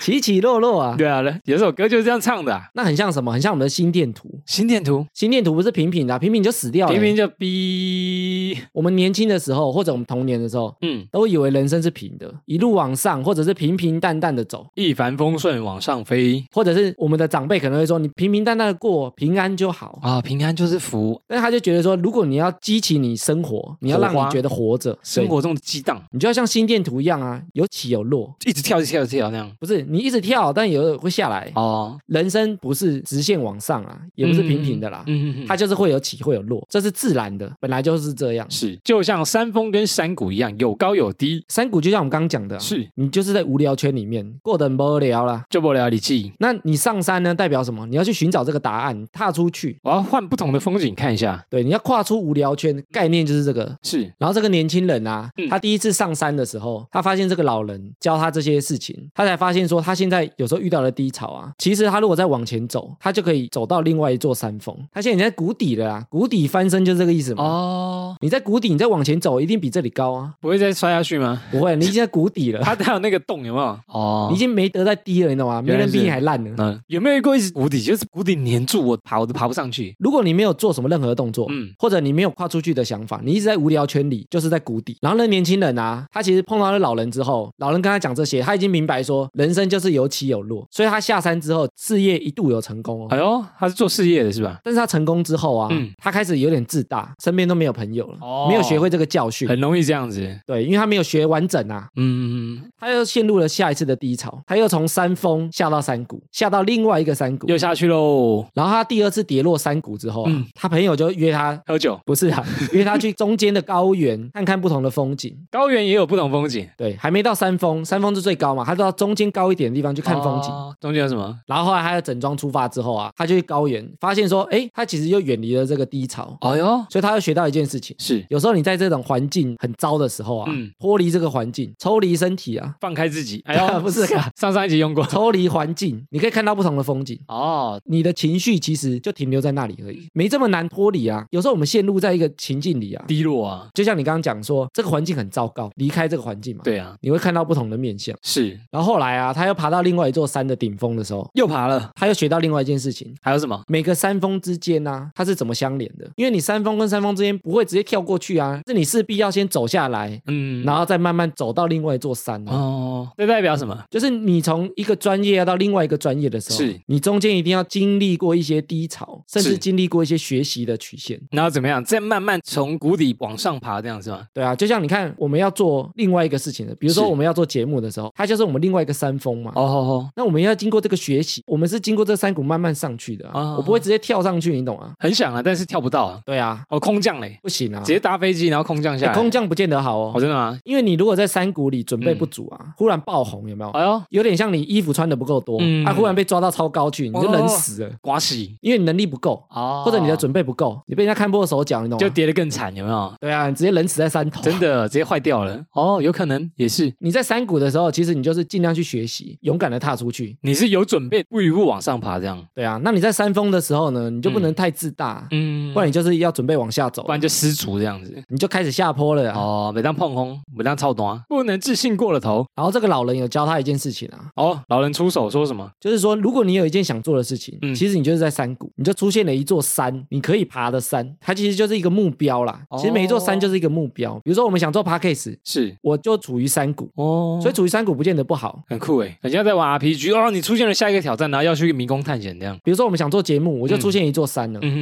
[SPEAKER 2] 起起落落啊。
[SPEAKER 1] 对啊，有首歌就是这样唱的、啊。
[SPEAKER 2] 那很像什么？很像我们的心电图。
[SPEAKER 1] 心电图，
[SPEAKER 2] 心电图不是平平的啊、平平就死掉了。
[SPEAKER 1] 明明就 B，
[SPEAKER 2] 我们年轻的时候，或者我们童年的时候，
[SPEAKER 1] 嗯，
[SPEAKER 2] 都以为人生是平的，一路往上，或者是平平淡淡的走，
[SPEAKER 1] 一帆风顺往上飞
[SPEAKER 2] 或者是我们的长辈可能会说，你平平淡淡的过，平安就好。
[SPEAKER 1] 啊，平安就是福，
[SPEAKER 2] 但他就觉得说，如果你要激起你生活，你要让
[SPEAKER 1] 火花
[SPEAKER 2] 你觉得活着，
[SPEAKER 1] 生
[SPEAKER 2] 对
[SPEAKER 1] 活中的激荡，
[SPEAKER 2] 你就要像心电图一样啊，有起有落，
[SPEAKER 1] 一直跳，一直跳，一直跳那样。
[SPEAKER 2] 不是你一直跳，但有的会下来。
[SPEAKER 1] 哦，
[SPEAKER 2] 人生不是直线往上啊，也不是平平的啦，
[SPEAKER 1] 嗯嗯嗯，
[SPEAKER 2] 它
[SPEAKER 1] 它
[SPEAKER 2] 就是会有起会有落，这是自然的，本来就是这样。
[SPEAKER 1] 是就像山峰跟山谷一样，有高有低，
[SPEAKER 2] 山谷就像我们刚刚讲的、啊，
[SPEAKER 1] 是
[SPEAKER 2] 你就是在无聊圈里面过得很无聊啦。
[SPEAKER 1] 就不了理记。
[SPEAKER 2] 那你上山呢，代表什么？你要去寻找这个答案，踏出去。
[SPEAKER 1] 我要换不同的风景看一下，
[SPEAKER 2] 对，你要跨出无聊圈，概念就是这个。
[SPEAKER 1] 是
[SPEAKER 2] 然后这个年轻人啊
[SPEAKER 1] 嗯，
[SPEAKER 2] 他第一次上山的时候，他发现这个老人教他这些事情，他才发现说，他现在有时候遇到了低潮啊，其实他如果再往前走，他就可以走到另外一座山峰。他现在已经在谷底了啊，谷底翻身就是这个意思嘛。
[SPEAKER 1] 哦，
[SPEAKER 2] 你在谷底，你再往前走，一定比这里高啊！
[SPEAKER 1] 不会再摔下去吗？ [LAUGHS]
[SPEAKER 2] 不会，你已经在谷底了，
[SPEAKER 1] 它它有那个洞有没有？哦
[SPEAKER 2] 你已经没得再低了，你懂吗？没
[SPEAKER 1] 原来
[SPEAKER 2] 人比
[SPEAKER 1] 是
[SPEAKER 2] 你还烂呢。
[SPEAKER 1] 嗯，有没有遇过一直谷底，就是谷底黏住我爬，我都爬不上去？
[SPEAKER 2] 如果你没有做什么任何动作，
[SPEAKER 1] 嗯
[SPEAKER 2] 嗯，或者你没有跨出去的想法，你一直在无聊圈里，就是在谷底。然后那年轻人啊，他其实碰到那老人之后，老人跟他讲这些，他已经明白说人生就是有起有落，所以他下山之后事业一度有成功
[SPEAKER 1] 哎
[SPEAKER 2] 哦。
[SPEAKER 1] 呦，他是做事业的是吧？
[SPEAKER 2] 但是他成功之后啊，
[SPEAKER 1] 嗯
[SPEAKER 2] 他开始有点自大，身边都没有朋友了，
[SPEAKER 1] 哦
[SPEAKER 2] 没有学会这个教训。
[SPEAKER 1] 很容易这样子。
[SPEAKER 2] 对，因为他没有学完整啊，
[SPEAKER 1] 嗯，嗯嗯
[SPEAKER 2] 他又陷入了下一次的低潮，他又从山峰下到山谷，下到另外一个山谷，
[SPEAKER 1] 又下去喽，
[SPEAKER 2] 然后他第二次跌落山谷之后啊，
[SPEAKER 1] 嗯
[SPEAKER 2] 他朋友就约他
[SPEAKER 1] 喝酒。
[SPEAKER 2] 不是啊，约他去中间的高原看看不同的风景。 [LAUGHS]
[SPEAKER 1] 高原也有不同风景，
[SPEAKER 2] 对，还没到山峰，山峰是最高嘛，他就到中间高一点的地方去看风景。
[SPEAKER 1] 哦中间有什么？
[SPEAKER 2] 然后后来他的整装出发之后啊，他就去高原，发现说，哎，他其实又远离了这个低潮，
[SPEAKER 1] 哎呦，
[SPEAKER 2] 所以他又学到一件事情。
[SPEAKER 1] 是
[SPEAKER 2] 有时候你在这种环境很糟的时候啊，
[SPEAKER 1] 嗯
[SPEAKER 2] 脱离这个环境，抽离身体啊，
[SPEAKER 1] 放开自己。 [LAUGHS] 哎呦，
[SPEAKER 2] 不是啊
[SPEAKER 1] 上上一集用过。
[SPEAKER 2] 抽离环境，你可以看到不同的风景。
[SPEAKER 1] 哦，
[SPEAKER 2] 你的情绪其实就停留在那里而
[SPEAKER 1] 嗯
[SPEAKER 2] 已，没这么难脱离啊。有时候我们陷入在一个情境里啊，
[SPEAKER 1] 低落啊，
[SPEAKER 2] 就像你刚刚讲说，这个环境很糟糕，离开这个环境嘛，
[SPEAKER 1] 对啊，
[SPEAKER 2] 你会看到不同的面相。
[SPEAKER 1] 是
[SPEAKER 2] 然后后来啊，他又爬到另外一座山的顶峰的时候，
[SPEAKER 1] 又爬了，
[SPEAKER 2] 他又学到另外一件事情。
[SPEAKER 1] 还有什么？
[SPEAKER 2] 每个山峰之间呢、啊它是怎么相连的？因为你山峰跟山峰之间不会直接跳过去啊，是你势必要先走下来，
[SPEAKER 1] 嗯，
[SPEAKER 2] 然后再慢慢走到另外一座山、啊。
[SPEAKER 1] 哦，这代表什么？
[SPEAKER 2] 就是你从一个专业要到另外一个专业的时候，
[SPEAKER 1] 是
[SPEAKER 2] 你中间一定要经历过一些低潮，甚
[SPEAKER 1] 是
[SPEAKER 2] 至经历过一些学习的曲线。
[SPEAKER 1] 然后怎么样？再慢慢从谷底往上爬，这样是吗？
[SPEAKER 2] 对啊，就像你看，我们要做另外一个事情的，比如说
[SPEAKER 1] 是
[SPEAKER 2] 我们要做节目的时候，它就是我们另外一个山峰嘛。
[SPEAKER 1] 哦哦哦，
[SPEAKER 2] 那我们要经过这个学习，我们是经过这山谷慢慢上去的、啊，
[SPEAKER 1] 啊
[SPEAKER 2] 我不会直接跳上去，你懂啊？
[SPEAKER 1] 很想啊，但是跳不到啊。
[SPEAKER 2] 对啊，
[SPEAKER 1] 哦，空降嘞，
[SPEAKER 2] 不行啊
[SPEAKER 1] 哎直，接搭飞机，然后空降下
[SPEAKER 2] 欸
[SPEAKER 1] 来。
[SPEAKER 2] 空降不见得好
[SPEAKER 1] 哦，
[SPEAKER 2] 哦。
[SPEAKER 1] 真的吗？嗯
[SPEAKER 2] 因为你如果在山谷里准备不足啊，忽然爆红，有没有？
[SPEAKER 1] 哎呦，
[SPEAKER 2] 有点像你衣服穿的不够多，
[SPEAKER 1] 嗯
[SPEAKER 2] 啊，忽然被抓到超高去，你就冷死了，
[SPEAKER 1] 刮洗
[SPEAKER 2] 因为你能力不够，
[SPEAKER 1] 哦
[SPEAKER 2] 或者你的准备不够，你被人家看破手脚，你懂
[SPEAKER 1] 就
[SPEAKER 2] 吗？
[SPEAKER 1] 跌得更惨，有没有？
[SPEAKER 2] 对啊，你直接冷死在山头。
[SPEAKER 1] 真的直接坏掉了哦，有可能也是。
[SPEAKER 2] 你在山谷的时候，其实你就是尽量去学习，勇敢的踏出去。
[SPEAKER 1] 你是有准备，一步一步往上爬这样，
[SPEAKER 2] 对啊，那你在山峰的时候呢，你就不能太自大，
[SPEAKER 1] 嗯
[SPEAKER 2] 不然你就是要准备往下走
[SPEAKER 1] 不，然就失足这样子。
[SPEAKER 2] 你就开始下坡了啊、
[SPEAKER 1] 哦，每当碰轰，每当操短，不能自信过了头。
[SPEAKER 2] 然后这个老人有教他一件事情啊，
[SPEAKER 1] 哦，老人出手说什么？
[SPEAKER 2] 就是说，如果你有一件想做的事情，
[SPEAKER 1] 嗯
[SPEAKER 2] 其实你就是在山谷，你就出现了一座山，你可以爬的山，它其实就是一个目标啦。
[SPEAKER 1] 哦
[SPEAKER 2] 其实每一座山就是一个目标。比如说，我们想做 podcast，
[SPEAKER 1] 是
[SPEAKER 2] 我就处于山谷，
[SPEAKER 1] 哦，
[SPEAKER 2] 所以处于山谷不见得不好。
[SPEAKER 1] 很酷诶，人家在玩 RPG 哦，你出现了下一个挑战，然后要去迷宫探险这样。
[SPEAKER 2] 比如说，我们想做节目，我就出现一座山了，
[SPEAKER 1] 嗯嗯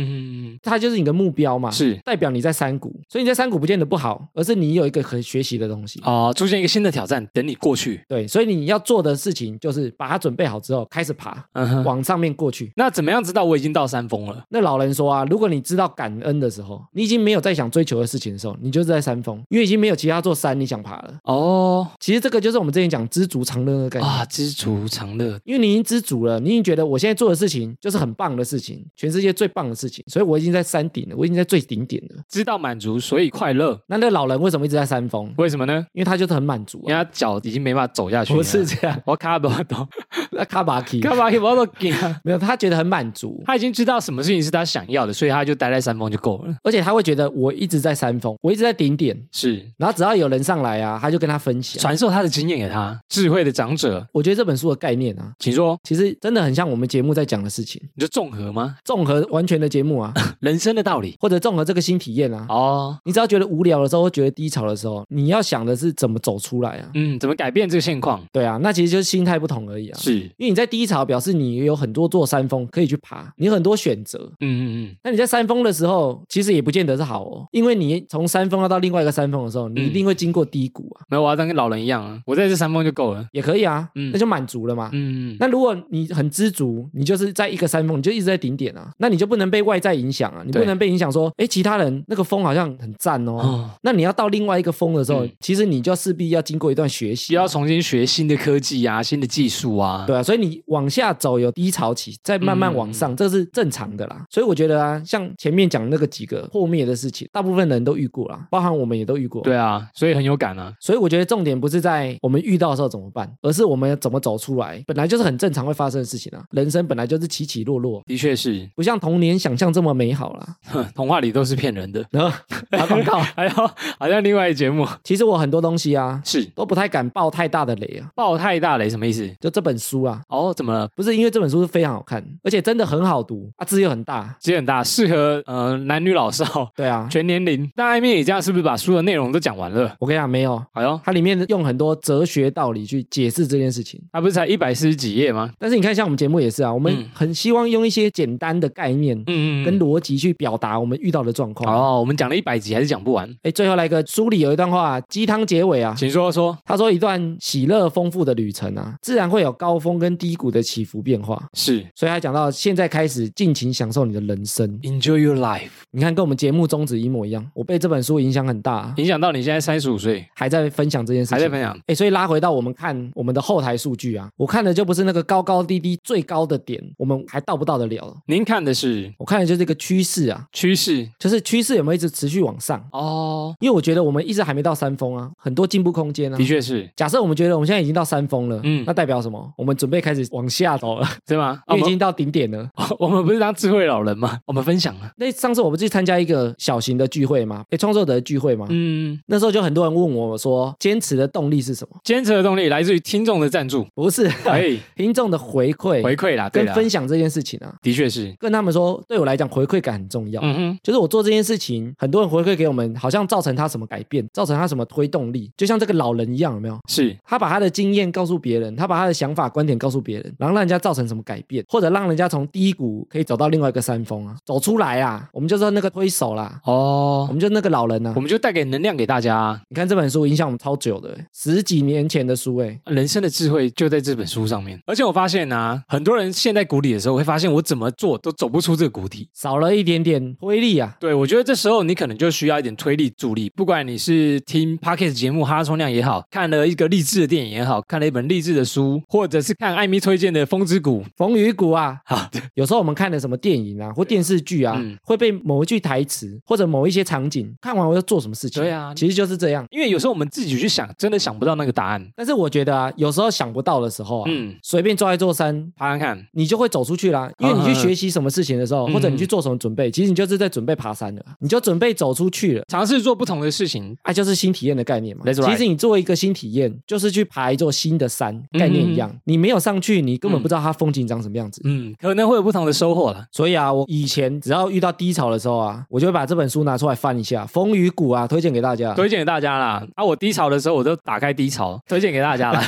[SPEAKER 1] 嗯
[SPEAKER 2] 它就是你的目标嘛，
[SPEAKER 1] 是
[SPEAKER 2] 代表你在山谷，所以你在山谷不见得不好，而是你有一个可以学习的东西。
[SPEAKER 1] 哦，出现一个新的挑战，等你过去。
[SPEAKER 2] 对，所以你要做的事情就是把它准备好之后开始爬，
[SPEAKER 1] 嗯哼，
[SPEAKER 2] 往上面过去。
[SPEAKER 1] 那怎么样知道我已经到山峰了？
[SPEAKER 2] 那老人说啊，如果你知道感恩的时候，你已经没有在想追求的事情的时候，你就是在山峰，因为已经没有其他座山你想爬了。
[SPEAKER 1] 哦
[SPEAKER 2] 其实这个就是我们之前讲知足常乐的概念。
[SPEAKER 1] 啊，知足常乐。
[SPEAKER 2] 因为你已经知足了，你已经觉得我现在做的事情就是很棒的事情，全世界最棒的事情，所以我已经在山顶了，我已经在最顶点了。
[SPEAKER 1] 知道满足，所以快乐。
[SPEAKER 2] 那那老人为什么一直在山峰？
[SPEAKER 1] 为什么呢？
[SPEAKER 2] 因为他就是很满足
[SPEAKER 1] 因为
[SPEAKER 2] 啊。
[SPEAKER 1] 他脚已经没办法走下去了。啊
[SPEAKER 2] 不是，这样，
[SPEAKER 1] 我卡不到，
[SPEAKER 2] 那卡巴基
[SPEAKER 1] 干嘛？我都惊啊！
[SPEAKER 2] 没有，他觉得很满足，
[SPEAKER 1] 他已经知道什么事情是他想要的，所以他就待在山峰就够了。
[SPEAKER 2] 而且他会觉得我一直在山峰，我一直在顶点，
[SPEAKER 1] 是
[SPEAKER 2] 然后只要有人上来啊，他就跟他分享。
[SPEAKER 1] 传授他的经验给他，智慧的长者，
[SPEAKER 2] 我觉得这本书的概念啊，
[SPEAKER 1] 请说，
[SPEAKER 2] 其实真的很像我们节目在讲的事情，
[SPEAKER 1] 你就综合吗？
[SPEAKER 2] 综合完全的节目啊，
[SPEAKER 1] 人生的道理
[SPEAKER 2] 或者综合这个新体验啊。
[SPEAKER 1] 哦，
[SPEAKER 2] 你只要觉得无聊的时候，或觉得低潮的时候，你要想的是怎么走出来啊。
[SPEAKER 1] 嗯，怎么改变这个现况？
[SPEAKER 2] 对啊，那其实就是心态不同而已啊。
[SPEAKER 1] 是，
[SPEAKER 2] 因为你在低潮，表示你有很多座山峰可以去爬，你有很多选择。
[SPEAKER 1] 嗯嗯
[SPEAKER 2] 那你在山峰的时候，其实也不见得是好哦，因为你从山峰要到另外一个山峰的时候，
[SPEAKER 1] 嗯
[SPEAKER 2] 你一定会经过低谷啊，
[SPEAKER 1] 嗯，没有，我要当跟老人一样啊，我在这山峰就够了。
[SPEAKER 2] 也可以啊，
[SPEAKER 1] 嗯
[SPEAKER 2] 那就满足了嘛。
[SPEAKER 1] 嗯，
[SPEAKER 2] 那如果你很知足，你就是在一个山峰，你就一直在顶点啊，那你就不能被外在影响啊，你
[SPEAKER 1] 对
[SPEAKER 2] 不能被影响说，哎，其他人那个峰好像很赞哦。
[SPEAKER 1] 哦，
[SPEAKER 2] 那你要到另外一个峰的时候，
[SPEAKER 1] 嗯
[SPEAKER 2] 其实你就势必要经过一段学习
[SPEAKER 1] 需，要重新学新的科技啊，新的技术啊。
[SPEAKER 2] 对啊，所以你往下走有低潮期，再慢慢往
[SPEAKER 1] 嗯
[SPEAKER 2] 上，这是正常的啦。所以我觉得啊，像前面讲那个几个破灭的事情，大部分人都遇过啦，包含我们也都遇过。
[SPEAKER 1] 对啊，所以很有感啊。
[SPEAKER 2] 所以我觉得重点不是在我们遇到的时候怎么办，而是我们怎么走出来，本来就是很正常会发生的事情啊。人生本来就是起起落啊落，
[SPEAKER 1] 的确是，
[SPEAKER 2] 不像童年想象这么美好啦。
[SPEAKER 1] 哼童话里都是骗人的。 [LAUGHS]
[SPEAKER 2] 然后打广告，
[SPEAKER 1] 还有，好像另外一个节目
[SPEAKER 2] 其实我很多东西啊，
[SPEAKER 1] 是
[SPEAKER 2] 都不太敢爆太大的雷啊。
[SPEAKER 1] 爆太大雷，什么意思？
[SPEAKER 2] 就这本书啊，
[SPEAKER 1] 哦，怎么了？
[SPEAKER 2] 不是因为这本书是非常好看，而且真的很好读啊，字又很大。
[SPEAKER 1] 其实很大，适合呃男女老少
[SPEAKER 2] 对啊，
[SPEAKER 1] 全年龄。那艾米，你这样是不是把书的内容都讲完了？
[SPEAKER 2] 我跟你讲，没有，
[SPEAKER 1] 哎呦，
[SPEAKER 2] 它里面用很多哲学道理去解释这件事情。
[SPEAKER 1] 它不是才一百四十几页吗？
[SPEAKER 2] 但是你看，像我们节目也是啊，我们
[SPEAKER 1] 嗯
[SPEAKER 2] 很希望用一些简单的概念
[SPEAKER 1] 嗯
[SPEAKER 2] 跟逻辑去表达我们遇到的状况。
[SPEAKER 1] 哦，我们讲了一百集还是讲不完，
[SPEAKER 2] 哎，最后来个书里有一段话，鸡汤结尾啊。
[SPEAKER 1] 请说说。
[SPEAKER 2] 他说：“一段喜乐丰富的旅程啊，自然会有高峰跟低谷的起伏变化。
[SPEAKER 1] 是
[SPEAKER 2] 所以他讲到现在开始尽情享受你的人生，
[SPEAKER 1] Enjoy your life，
[SPEAKER 2] 你看跟我们节目宗旨一模一样。我被这本书影响很大、啊，
[SPEAKER 1] 影响到你现在三十五岁，
[SPEAKER 2] 还在分享这件事
[SPEAKER 1] 还在
[SPEAKER 2] 情。
[SPEAKER 1] 分享。
[SPEAKER 2] 哎，所以拉回到我们看我们的后台数据啊，我看的就不是那个高高低低最高的点，我们还到不到得了。
[SPEAKER 1] 您看的是
[SPEAKER 2] 我看的就是一个趋势啊，
[SPEAKER 1] 趋势
[SPEAKER 2] 就是趋势有没有一直持续往上？
[SPEAKER 1] 哦，
[SPEAKER 2] 因为我觉得我们一直还没到山峰啊，很多进步空间啊
[SPEAKER 1] 的。确是，
[SPEAKER 2] 假设我们觉得我们现在已经到山峰了，
[SPEAKER 1] 嗯
[SPEAKER 2] 那代表什么？我们准备开始往下走了，
[SPEAKER 1] 对吗？
[SPEAKER 2] 因
[SPEAKER 1] 啊
[SPEAKER 2] 为已
[SPEAKER 1] 我们
[SPEAKER 2] 经到顶点了。
[SPEAKER 1] [LAUGHS] 我们不是当智慧老人吗？我们分享了，
[SPEAKER 2] 那上次我不是去参加一个小型的聚会嘛，诶，创作者的聚会嘛，
[SPEAKER 1] 嗯，
[SPEAKER 2] 那时候就很多人问我说，坚持的动力是什么？
[SPEAKER 1] 坚持的动力来自于听众的赞 [LAUGHS] 助，
[SPEAKER 2] 不是
[SPEAKER 1] 哎，
[SPEAKER 2] [LAUGHS] 听众的回馈
[SPEAKER 1] 回馈啦，啊对
[SPEAKER 2] 跟
[SPEAKER 1] 啦，
[SPEAKER 2] 分享这件事情啊，
[SPEAKER 1] 的确是，
[SPEAKER 2] 跟他们说，对我来讲回馈感很重要。
[SPEAKER 1] 嗯哼，
[SPEAKER 2] 就是我做这件事情，很多人回馈给我们，好像造成他什么改变，造成他什么推动力，就像这个老人一样，有没有？
[SPEAKER 1] 是
[SPEAKER 2] 他把他的经验告诉别人，他把他的想法、观点告诉别人，然后让人家造成什么改变，或者让人家从低谷可以走到另外一个山峰啊，走出来啊，我们就说那个推手啦，我
[SPEAKER 1] 哦，
[SPEAKER 2] 们就那个老人啊
[SPEAKER 1] 我。们就带给能量给大家啊、
[SPEAKER 2] 你看这本书影响我们超久的欸，十几年前的书哎，
[SPEAKER 1] 人生的智慧就在这本书上面。而且我发现啊，很多人陷在谷底的时候，会发现我怎么做都走不出这个谷底。
[SPEAKER 2] 少了一点点推力啊。
[SPEAKER 1] 对，我觉得这时候你可能就需要一点推力助力，不管你是听 podcast 节目《哈拉冲量》也好，看了一个励志的电影也好，看了一本励志的书，或者是看艾米推荐的《风之谷》
[SPEAKER 2] 风雨谷啊，
[SPEAKER 1] 好，对
[SPEAKER 2] 有时候我们看的什么电影啊或电视剧啊，
[SPEAKER 1] 嗯
[SPEAKER 2] 会被某一句台词或者某一些场景看完我要做什么事情。
[SPEAKER 1] 对啊
[SPEAKER 2] 其实就是这样。
[SPEAKER 1] 因为有时候我们自己去想，真的想不到那个答案。
[SPEAKER 2] 但是我觉得啊，有时候想不到的时候啊，
[SPEAKER 1] 嗯，
[SPEAKER 2] 随便抓一座山，
[SPEAKER 1] 爬看看，
[SPEAKER 2] 你就会走出去啦。因为你去学习什么事情的时候，
[SPEAKER 1] 嗯
[SPEAKER 2] 或者你去做什么准备，其实你就是在准备爬山了，啊你就准备走出去了。
[SPEAKER 1] 尝试做不同的事情。
[SPEAKER 2] 啊，就是新体验的概念嘛。
[SPEAKER 1] That's right
[SPEAKER 2] 其实你做一个新体验，就是去爬一座新的山，概念一样。你没有上去，你根本不知道它风景长什么样子。
[SPEAKER 1] 嗯，可能会有不同的收获了。
[SPEAKER 2] 所以啊，我以前只要遇到低潮的时候啊，我就会把这本书拿出来翻一下，《风雨谷》啊，推荐给大家。
[SPEAKER 1] 推荐给大家啦！啊，我低潮的时候我都打开低潮，推荐给大家啦，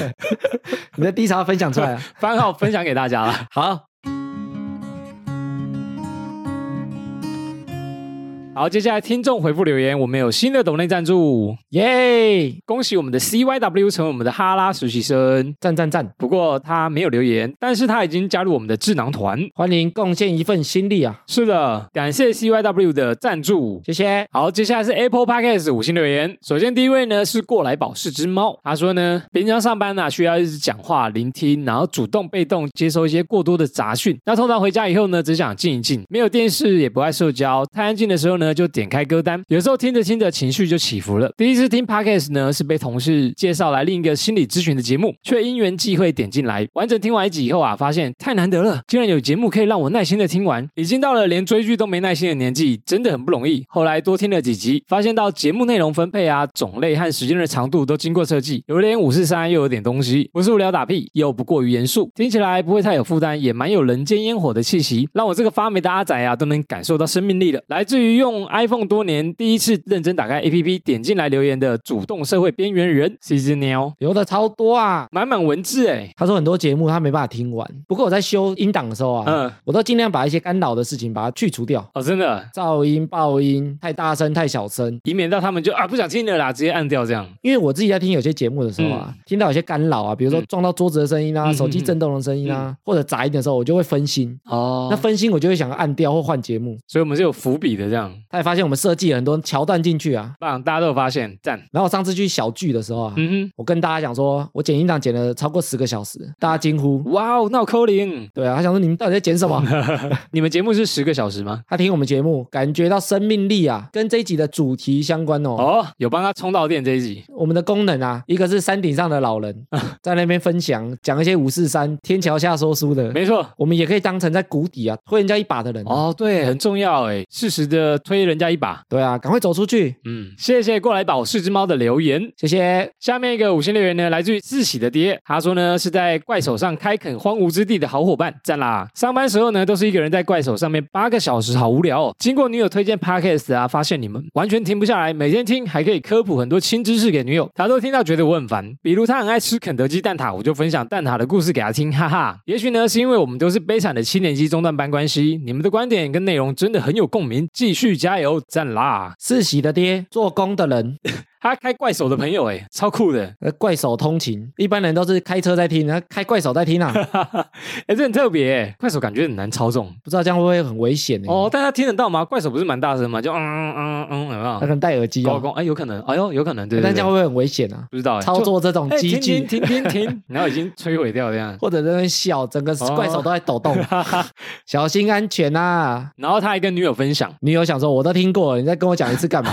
[SPEAKER 2] 你的低潮分享
[SPEAKER 1] [LAUGHS]
[SPEAKER 2] 出来、啊。
[SPEAKER 1] 番号分享给大家啦。
[SPEAKER 2] 好，
[SPEAKER 1] 好，接下来听众回复留言，我们有新的抖内赞助，哎
[SPEAKER 2] 耶、
[SPEAKER 1] 恭喜我们的 CYW 成为我们的哈拉实习生。
[SPEAKER 2] 赞赞赞！
[SPEAKER 1] 不过他没有留言，但是他已经加入我们的智囊团。
[SPEAKER 2] 欢迎贡献一份心力啊，
[SPEAKER 1] 是的，感谢 CYW 的赞助。
[SPEAKER 2] 谢谢。
[SPEAKER 1] 好，接下来是 Apple Podcast 五星留言。首先第一位呢是过来宝是只猫，他说呢，平常上班呢、啊需要一直讲话、聆听，然后主动被动接收一些过多的杂讯。那通常回家以后呢，只想静一静，没有电视，也不爱社交。太安静的时候呢，就点开歌单，有时候听着听着情绪就起伏了。第一次听 Podcast 呢，是被同事介绍来另一个心理咨询的节目，却因缘际会点进来，完整听完一集以后啊，发现太难得了，竟然有节目可以让我耐心的听完，已经到了连追剧都没耐心的年纪，真的很不容易。后来多听了几集，发现到节目内容分配啊、种类和时间的长度都经过设计，有点五四三，又有点东西，不是无聊打屁，又不过于严肃，听起来不会太有负担，也蛮有人间烟火的气息，让我这个发霉的阿仔啊都能感受到生命力了。来自于用 iPhone 多年，第一次认真打开 APP 点进来留言的主动社会边缘人 c z 喵，
[SPEAKER 2] 留的超多啊。
[SPEAKER 1] 满满文字哎、
[SPEAKER 2] 他说很多节目他没办法听完，不过我在修音档的时候啊，
[SPEAKER 1] 嗯
[SPEAKER 2] 我都尽量把一些干扰的事情把它去除掉，
[SPEAKER 1] 哦，真的，
[SPEAKER 2] 噪音、爆音、太大声、太小声，
[SPEAKER 1] 以免到他们就啊不想听了啦，直接按掉这样。
[SPEAKER 2] 因为我自己在听有些节目的时候啊，听到有些干扰啊，比如说
[SPEAKER 1] 嗯
[SPEAKER 2] 撞到桌子的声音啊、
[SPEAKER 1] 嗯
[SPEAKER 2] 手机震动的声音啊，或者杂音的时候，我就会分心。
[SPEAKER 1] 哦
[SPEAKER 2] 那分心我就会想要按掉或换节目。
[SPEAKER 1] 所以我们是有伏笔的这样，
[SPEAKER 2] 他也发现我们设计了很多桥段进去啊。
[SPEAKER 1] 棒，大家都有发现，赞。
[SPEAKER 2] 然后我上次去小聚的时候啊，
[SPEAKER 1] 嗯
[SPEAKER 2] 我跟大家讲说，我剪音档剪了超过十个小时，大家惊呼。
[SPEAKER 1] 哼，哇哦，闹扣零，
[SPEAKER 2] 对啊，他想说你们到底在剪什么？
[SPEAKER 1] 你们节目是十个小时吗？
[SPEAKER 2] 他听我们节目，感觉到生命力啊，跟这一集的主题相关哦。
[SPEAKER 1] 哦，有帮他充到电这一集，
[SPEAKER 2] 我们的功能啊，一个是山顶上的
[SPEAKER 1] [LAUGHS]
[SPEAKER 2] 老人在那边分享，讲一些五四三天桥下说书的，
[SPEAKER 1] 没错。
[SPEAKER 2] 我们也可以当成在谷底啊推人家一把的人、哦。
[SPEAKER 1] 哦，对，很重要哎，适时的推人家一把。
[SPEAKER 2] 对啊，赶快走出去，
[SPEAKER 1] 嗯，谢谢过来宝是只猫的留言。
[SPEAKER 2] 谢谢。
[SPEAKER 1] 下面一个五星留言呢，来自于自喜的爹，他说呢是在怪手上开垦荒芜之地的好伙伴，赞啦！上班时候呢都是一个人在怪手上面八个小时，好无聊哦。经过女友推荐 podcast 啊，发现你们完全停不下来，每天听还可以科普很多新知识给女友，她都听到觉得我很烦。比如她很爱吃肯德基蛋挞，我就分享蛋挞的故事给她听，哈哈。也许呢是因为我们都是悲惨的七年级中段班关系，你们的观点跟内容真的很有共鸣，继续加油，赞啦！
[SPEAKER 2] 世喜的爹，做工的
[SPEAKER 1] [LAUGHS]
[SPEAKER 2] 人，
[SPEAKER 1] 他开怪手的朋友哎，超酷的。
[SPEAKER 2] 呃，怪手通勤，一般人都是开车在听，然后开怪手在
[SPEAKER 1] [LAUGHS]
[SPEAKER 2] 听啊，
[SPEAKER 1] 哈哈，哎，这很特别欸，快手感觉很难操纵
[SPEAKER 2] 不知道这样会不会很危险欸呢？
[SPEAKER 1] 哦。大家听得到吗？快手不是蛮大声吗？就嗯嗯嗯，有没
[SPEAKER 2] 他
[SPEAKER 1] 有
[SPEAKER 2] 可？能戴耳机
[SPEAKER 1] 高
[SPEAKER 2] 哦，
[SPEAKER 1] 光哎，有可能，哎呦，有可能，对对
[SPEAKER 2] 但这样
[SPEAKER 1] 对，
[SPEAKER 2] 会不会很危险啊？
[SPEAKER 1] 不知道哎，
[SPEAKER 2] 操作这种
[SPEAKER 1] 就哎，
[SPEAKER 2] 机
[SPEAKER 1] 停停
[SPEAKER 2] 具，
[SPEAKER 1] 停停停，然后已经摧毁掉这样。
[SPEAKER 2] 或者在那边笑，整个
[SPEAKER 1] 哦
[SPEAKER 2] 怪手都在
[SPEAKER 1] [LAUGHS]
[SPEAKER 2] 抖动，小心安全啊！
[SPEAKER 1] 然后他还跟女友分
[SPEAKER 2] [LAUGHS]
[SPEAKER 1] 享，
[SPEAKER 2] 女友想说，我都听过了，你再跟我讲一次干
[SPEAKER 1] [LAUGHS]
[SPEAKER 2] 嘛？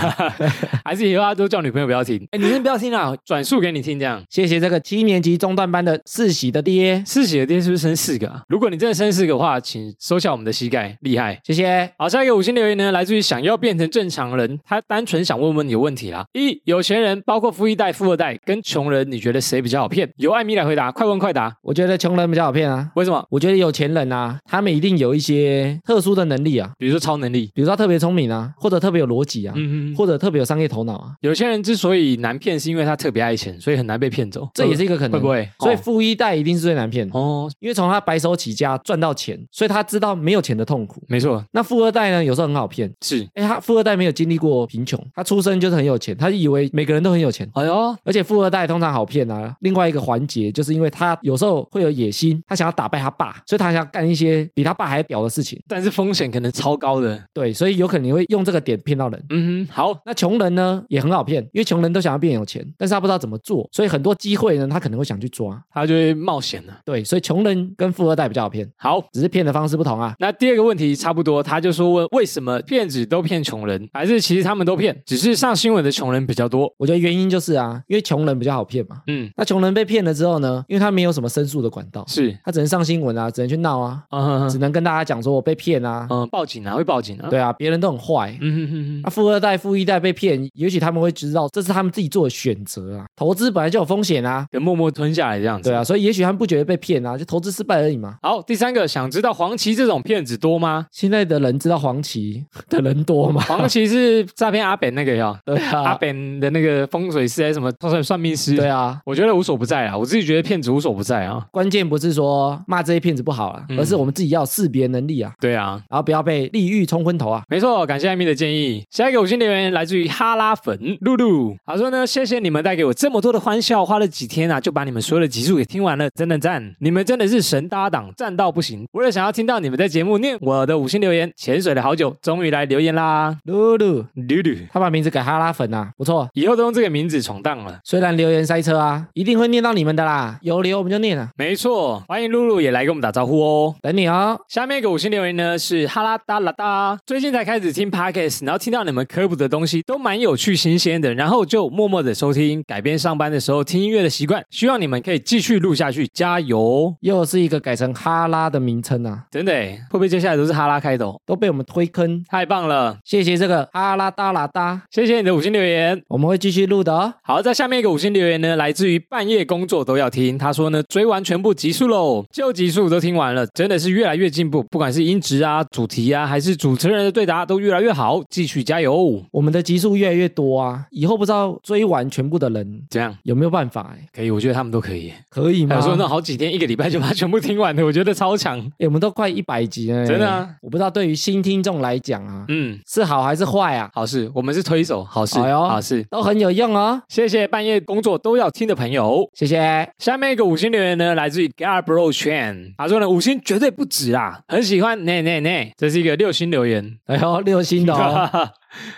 [SPEAKER 1] 还是以后他都叫女朋友不要听，哎，你先不要听啦，转述给你听这样。
[SPEAKER 2] 谢谢这个七年级中段班的世喜的爹，
[SPEAKER 1] 四喜的爹是不是生四个啊？如果你真的生四个的话，请收下我们的膝盖，厉害。
[SPEAKER 2] 谢谢。
[SPEAKER 1] 好，下一个五星留言呢，来自于想要变成正常人，他单纯想问问你的问题啦。一，有钱人包括富一代、富二代跟穷人，你觉得谁比较好骗？由艾米来回答，快问快答。
[SPEAKER 2] 我觉得穷人比较好骗啊，
[SPEAKER 1] 为什么？
[SPEAKER 2] 我觉得有钱人啊，他们一定有一些特殊的能力啊，
[SPEAKER 1] 比如说超能力，
[SPEAKER 2] 比如说他特别聪明啊，或者特别有逻辑啊，
[SPEAKER 1] 嗯嗯，
[SPEAKER 2] 或者特别有商业头脑啊。
[SPEAKER 1] 有钱人知之所以难骗，是因为他特别爱钱，所以很难被骗走。
[SPEAKER 2] 这也是一个可能。
[SPEAKER 1] 会不会？
[SPEAKER 2] 所以
[SPEAKER 1] 哦
[SPEAKER 2] 富一代一定是最难骗的，
[SPEAKER 1] 哦，
[SPEAKER 2] 因为从他白手起家赚到钱，所以他知道没有钱的痛苦。
[SPEAKER 1] 没错，
[SPEAKER 2] 那富二代呢，有时候很好骗。
[SPEAKER 1] 是。
[SPEAKER 2] 哎，他富二代没有经历过贫穷，他出生就是很有钱，他以为每个人都很有钱。
[SPEAKER 1] 哎呦，
[SPEAKER 2] 而且富二代通常好骗啊。另外一个环节就是因为他有时候会有野心，他想要打败他爸，所以他想要干一些比他爸还屌的事情。
[SPEAKER 1] 但是风险可能超高的。
[SPEAKER 2] 对，所以有可能你会用这个点骗到人。
[SPEAKER 1] 嗯哼，好，
[SPEAKER 2] 那穷人呢也很好骗，因为穷人都想要变有钱，但是他不知道怎么做，所以很多机会呢他可能会想去抓。
[SPEAKER 1] 他就会冒险了。
[SPEAKER 2] 对，所以穷人跟富二代比较好骗，
[SPEAKER 1] 好，
[SPEAKER 2] 只是骗的方式不同啊。
[SPEAKER 1] 那第二个问题差不多，他就说问为什么骗子都骗穷人，还是其实他们都骗，只是上新闻的穷人比较多。
[SPEAKER 2] 我觉得原因就是啊，因为穷人比较好骗嘛。
[SPEAKER 1] 嗯，
[SPEAKER 2] 那穷人被骗了之后呢，因为他没有什么申诉的管道，
[SPEAKER 1] 是，
[SPEAKER 2] 他只能上新闻啊，只能去闹啊，
[SPEAKER 1] 嗯哼
[SPEAKER 2] 只
[SPEAKER 1] 哼
[SPEAKER 2] 能跟大家讲说我被骗啊。
[SPEAKER 1] 嗯，报警啊，会报警啊。，
[SPEAKER 2] 对啊，别人都很坏。
[SPEAKER 1] 嗯哼哼
[SPEAKER 2] 那
[SPEAKER 1] 哼，
[SPEAKER 2] 富二代、富一代被骗，也许他们会知道这是他们自己做的选择啊。投资本来就有风险啊，
[SPEAKER 1] 就默默吞下来这样子。
[SPEAKER 2] 对啊，。所以也许他们不觉得被骗啊，就投资失败而已嘛。
[SPEAKER 1] 好，第三个，想知道黄旗这种骗子多吗？
[SPEAKER 2] 现在的人知道黄旗 [LAUGHS] 的人多吗？
[SPEAKER 1] 黄旗是诈骗阿本那个 [LAUGHS] 呀，
[SPEAKER 2] 对
[SPEAKER 1] 阿
[SPEAKER 2] 啊，
[SPEAKER 1] 本的那个风水师还是什么算算命师？
[SPEAKER 2] 对，啊。
[SPEAKER 1] 我觉得无所不在啊，我自己觉得骗子无所不在啊。
[SPEAKER 2] 关键不是说骂这些骗子不好啊，
[SPEAKER 1] 嗯
[SPEAKER 2] 而是我们自己要有识别能力啊，
[SPEAKER 1] 对啊，
[SPEAKER 2] 然后不要被利欲冲昏头啊。
[SPEAKER 1] 没错，感谢艾米的建议。下一个五星留言来自于哈拉粉露露，他说呢，谢谢你们带给我这么多的欢笑，花了几天啊，就把你们所有的集数给听完了，真的赞！你们真的是神搭档，赞到不行。为了想要听到你们在节目念我的五星留言，潜水了好久，终于来留言啦，
[SPEAKER 2] 露露，
[SPEAKER 1] 露露，
[SPEAKER 2] 他把名字改哈拉粉啊，不错。
[SPEAKER 1] 以后都用这个名字闯荡了。
[SPEAKER 2] 虽然留言塞车啊，一定会念到你们的啦，有留我们就念啊，
[SPEAKER 1] 没错，欢迎露露也来跟我们打招呼哦。
[SPEAKER 2] 等你哦。
[SPEAKER 1] 下面一个五星留言呢是哈拉哒啦哒，最近才开始听 podcast，然后听到你们科普的东西都蛮有趣新鲜的，然后就默默的收听，改变上班的时候听音乐的习惯。希望你们可以继续录下去，加油！
[SPEAKER 2] 又是一个改成哈拉的名称啊，
[SPEAKER 1] 真的耶，会不会接下来都是哈拉开头？
[SPEAKER 2] 都被我们推坑。
[SPEAKER 1] 太棒了，
[SPEAKER 2] 谢谢这个哈拉哒啦哒，
[SPEAKER 1] 谢谢你的五星留言。
[SPEAKER 2] 我们会继续录的哦。
[SPEAKER 1] 好，在下面一个五星留言呢，来自于半夜工作都要听。他说呢，追完全部集数喽，旧集数都听完了，真的是越来越进步，不管是音质啊、主题啊，还是主持人的对答，都越来越好，继续加油！
[SPEAKER 2] 我们的集数越来越多啊，以后不知道追完全部的人
[SPEAKER 1] 怎样？
[SPEAKER 2] 有没有办法、欸？
[SPEAKER 1] 可以，我觉得他们都可以。
[SPEAKER 2] 可以
[SPEAKER 1] 还
[SPEAKER 2] 吗？
[SPEAKER 1] 有说那
[SPEAKER 2] 哎、
[SPEAKER 1] 好几天，一个礼拜就把它全部听完的，我觉得超强。
[SPEAKER 2] 欸我们都快一百集了、欸，
[SPEAKER 1] 真的啊
[SPEAKER 2] 我不知道对于新听众来讲啊，
[SPEAKER 1] 嗯，
[SPEAKER 2] 是好还是坏啊，
[SPEAKER 1] 好事，我们是推手，好事，
[SPEAKER 2] 哎呦
[SPEAKER 1] 好事。
[SPEAKER 2] 都很有用哦。
[SPEAKER 1] 谢谢半夜工作都要听的朋友。
[SPEAKER 2] 谢哎谢，
[SPEAKER 1] 下面一个五星留言呢，来自于 Garbro Chan，他说呢五星绝对不止啦，很喜欢，那那那，这是一个六星留 [LAUGHS] 言，
[SPEAKER 2] 哎呦，六星
[SPEAKER 1] [LAUGHS]
[SPEAKER 2] 的哦。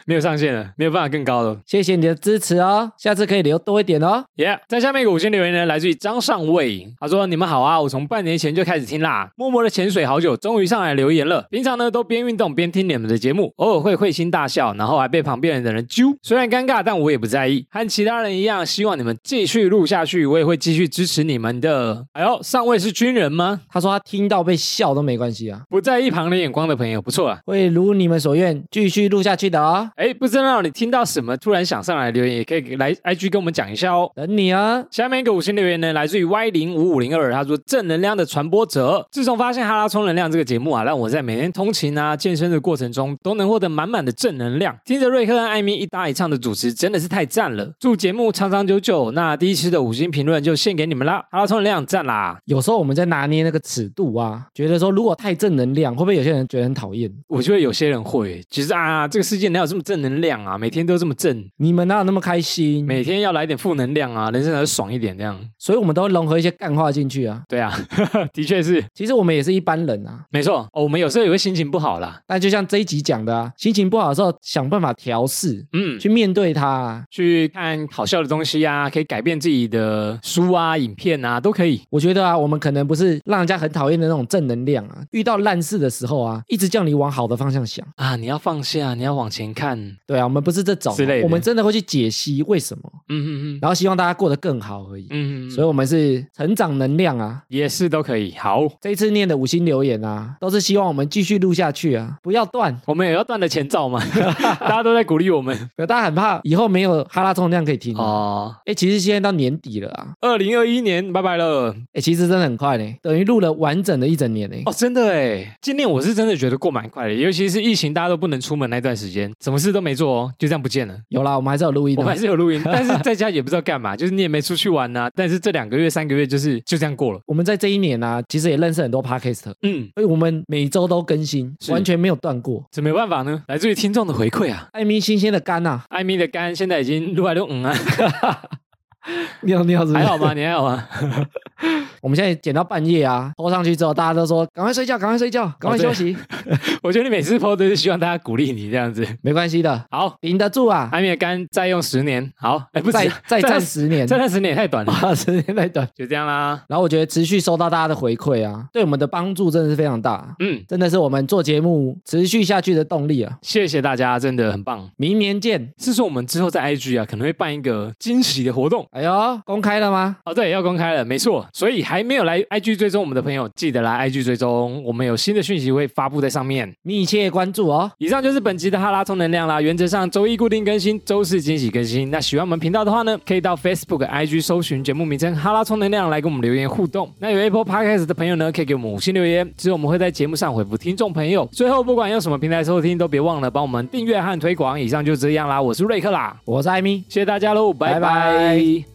[SPEAKER 1] 没有上限了，没有办法更高了。
[SPEAKER 2] 谢谢你的支持哦，下次可以留多一点哦。
[SPEAKER 1] 耶、yeah,！在下面一个五星留言呢，来自于张上尉，他说：“你们好啊，我从半年前就开始听啦，默默的潜水好久，终于上来留言了。平常呢都边运动边听你们的节目，偶尔会会心大笑，然后还被旁边的人揪，虽然尴尬，但我也不在意。和其他人一样，希望你们继续录下去，我也会继续支持你们的。”哎呦，上尉是军人吗？
[SPEAKER 2] 他说他听到被笑都没关系啊，
[SPEAKER 1] 不在意旁人眼光的朋友，不错啊。
[SPEAKER 2] 会如你们所愿继续录下去的哦，
[SPEAKER 1] 哎，不知道你听到什么，突然想上来留言，也可以来 IG 跟我们讲一下哦。
[SPEAKER 2] 等你啊。
[SPEAKER 1] 下面一个五星留言呢，来自于 Y 零五五零二，他说正能量的传播者。自从发现《哈拉充能量》这个节目啊，让我在每天通勤啊、健身的过程中都能获得满满的正能量。听着瑞克和艾米一搭一唱的主持，真的是太赞了！祝节目长长久久。那第一期的五星评论就献给你们啦，《哈拉充能量》赞啦！
[SPEAKER 2] 有时候我们在拿捏那个尺度啊，觉得说如果太正能量，会不会有些人觉得很讨厌？
[SPEAKER 1] 我觉得有些人会，其实啊，这个世界哪有这么正能量啊？每天都这么正，
[SPEAKER 2] 你们哪有那么开心？
[SPEAKER 1] 每天要来点负能量啊，人生才会爽一点这样。
[SPEAKER 2] 所以我们都融合一些干话进去啊。
[SPEAKER 1] 对啊， [LAUGHS] 的确是
[SPEAKER 2] 其实我们也是一般人啊，
[SPEAKER 1] 没错、哦。我们有时候也会心情不好啦，
[SPEAKER 2] 但就像这一集讲的啊，心情不好的时候，想办法调试，
[SPEAKER 1] 嗯，
[SPEAKER 2] 去面对它、啊。
[SPEAKER 1] 去看好笑的东西啊，可以改变自己的书啊、影片啊，都可以。
[SPEAKER 2] 我觉得啊，我们可能不是让人家很讨厌的那种正能量啊，遇到烂事的时候啊，一直叫你往好的方向想。
[SPEAKER 1] 啊，你要放下，你要往前看，嗯
[SPEAKER 2] 对啊，我们不是这种啊
[SPEAKER 1] 之类的
[SPEAKER 2] 我们真的会去解析为什么，
[SPEAKER 1] 嗯嗯
[SPEAKER 2] 然后希望大家过得更好而已。
[SPEAKER 1] 嗯，
[SPEAKER 2] 所以，我们是成长能量啊。
[SPEAKER 1] 也是都可以。好，
[SPEAKER 2] 这一次念的五星留言啊，都是希望我们继续录下去啊，不要断。
[SPEAKER 1] 我们也要断了前兆嘛， [LAUGHS] 大家都在鼓励我们
[SPEAKER 2] 可大家很怕以后没有哈拉充能量可以听啊。
[SPEAKER 1] 哦。
[SPEAKER 2] 哎、其实现在到年底了啊，
[SPEAKER 1] 二零二一年，拜拜了
[SPEAKER 2] 哎、其实真的很快呢，等于录了完整的
[SPEAKER 1] 哦
[SPEAKER 2] 一整年呢。
[SPEAKER 1] 哦，真的哎，今年我是真的觉得过蛮快的，尤其是疫情大家都不能出门那段时间，班，什么事都没做哦，就这样不见了。
[SPEAKER 2] 有啦，我们还是有录音啊
[SPEAKER 1] 我
[SPEAKER 2] 的
[SPEAKER 1] 们还。是有录音，但是在家也不知道干 [LAUGHS] 嘛，就是你也没出去玩呐、但是这两个月、三个月就是就这样过了。
[SPEAKER 2] 我们在这一年呢、其实也认识很多 podcast，
[SPEAKER 1] 嗯，
[SPEAKER 2] 所以我们每周都更新，
[SPEAKER 1] 是
[SPEAKER 2] 完全没有断过。
[SPEAKER 1] 这没办法呢，来自于听众的回馈啊。
[SPEAKER 2] 艾米新鲜的肝呐、啊
[SPEAKER 1] [LAUGHS] 艾米的肝现在已经撸来撸
[SPEAKER 2] [LAUGHS]
[SPEAKER 1] 嗯啊，
[SPEAKER 2] 尿尿是不是
[SPEAKER 1] 还好？吗？你还好吗？
[SPEAKER 2] 我们现在剪到半夜啊，拖上去之后，大家都说赶快睡觉，赶快睡觉，
[SPEAKER 1] 哦
[SPEAKER 2] 赶快休
[SPEAKER 1] [LAUGHS]
[SPEAKER 2] 息，
[SPEAKER 1] 我觉得你每次 PO 都是希望大家鼓励你这样子。
[SPEAKER 2] 没关系的，
[SPEAKER 1] 好，
[SPEAKER 2] 顶得住啊。
[SPEAKER 1] 艾米的肝再用十年，好，哎，不
[SPEAKER 2] 再
[SPEAKER 1] 止，[LAUGHS]
[SPEAKER 2] 再
[SPEAKER 1] 再
[SPEAKER 2] 战十年，
[SPEAKER 1] 再战十年也太短了，
[SPEAKER 2] 把十年再短。
[SPEAKER 1] 就这样啦。
[SPEAKER 2] 然后我觉得持续收到大家的回馈啊，对我们的帮助真的是非常大，
[SPEAKER 1] 嗯，
[SPEAKER 2] 真的是我们做节目持续下去的动力啊。
[SPEAKER 1] 谢谢大家，真的很棒。
[SPEAKER 2] 明年见。
[SPEAKER 1] 是说我们之后在 IG 啊，可能会办一个惊喜的活动。
[SPEAKER 2] 哎呦，公开了吗？
[SPEAKER 1] 哦，对，要公开了，没错。所以还没有来 IG 追踪我们的朋友，记得来 IG 追踪，我们有新的讯息会发布在上面。
[SPEAKER 2] 密切关注哦。
[SPEAKER 1] 以上就是本集的哈拉充能量啦。原则上周一固定更新，周四惊喜更新。那喜欢我们频道的话呢，可以到 Facebook、IG 搜寻节目名称“哈拉充能量”来跟我们留言互动。那有 Apple Podcast 的朋友呢，可以给我们五星留言，之后我们会在节目上回复听众朋友。最后，不管用什么平台收听，都别忘了帮我们订阅和推广。以上就这样啦，我是瑞克啦，
[SPEAKER 2] 我是艾米。
[SPEAKER 1] 谢谢大家喽，拜
[SPEAKER 2] 拜
[SPEAKER 1] 拜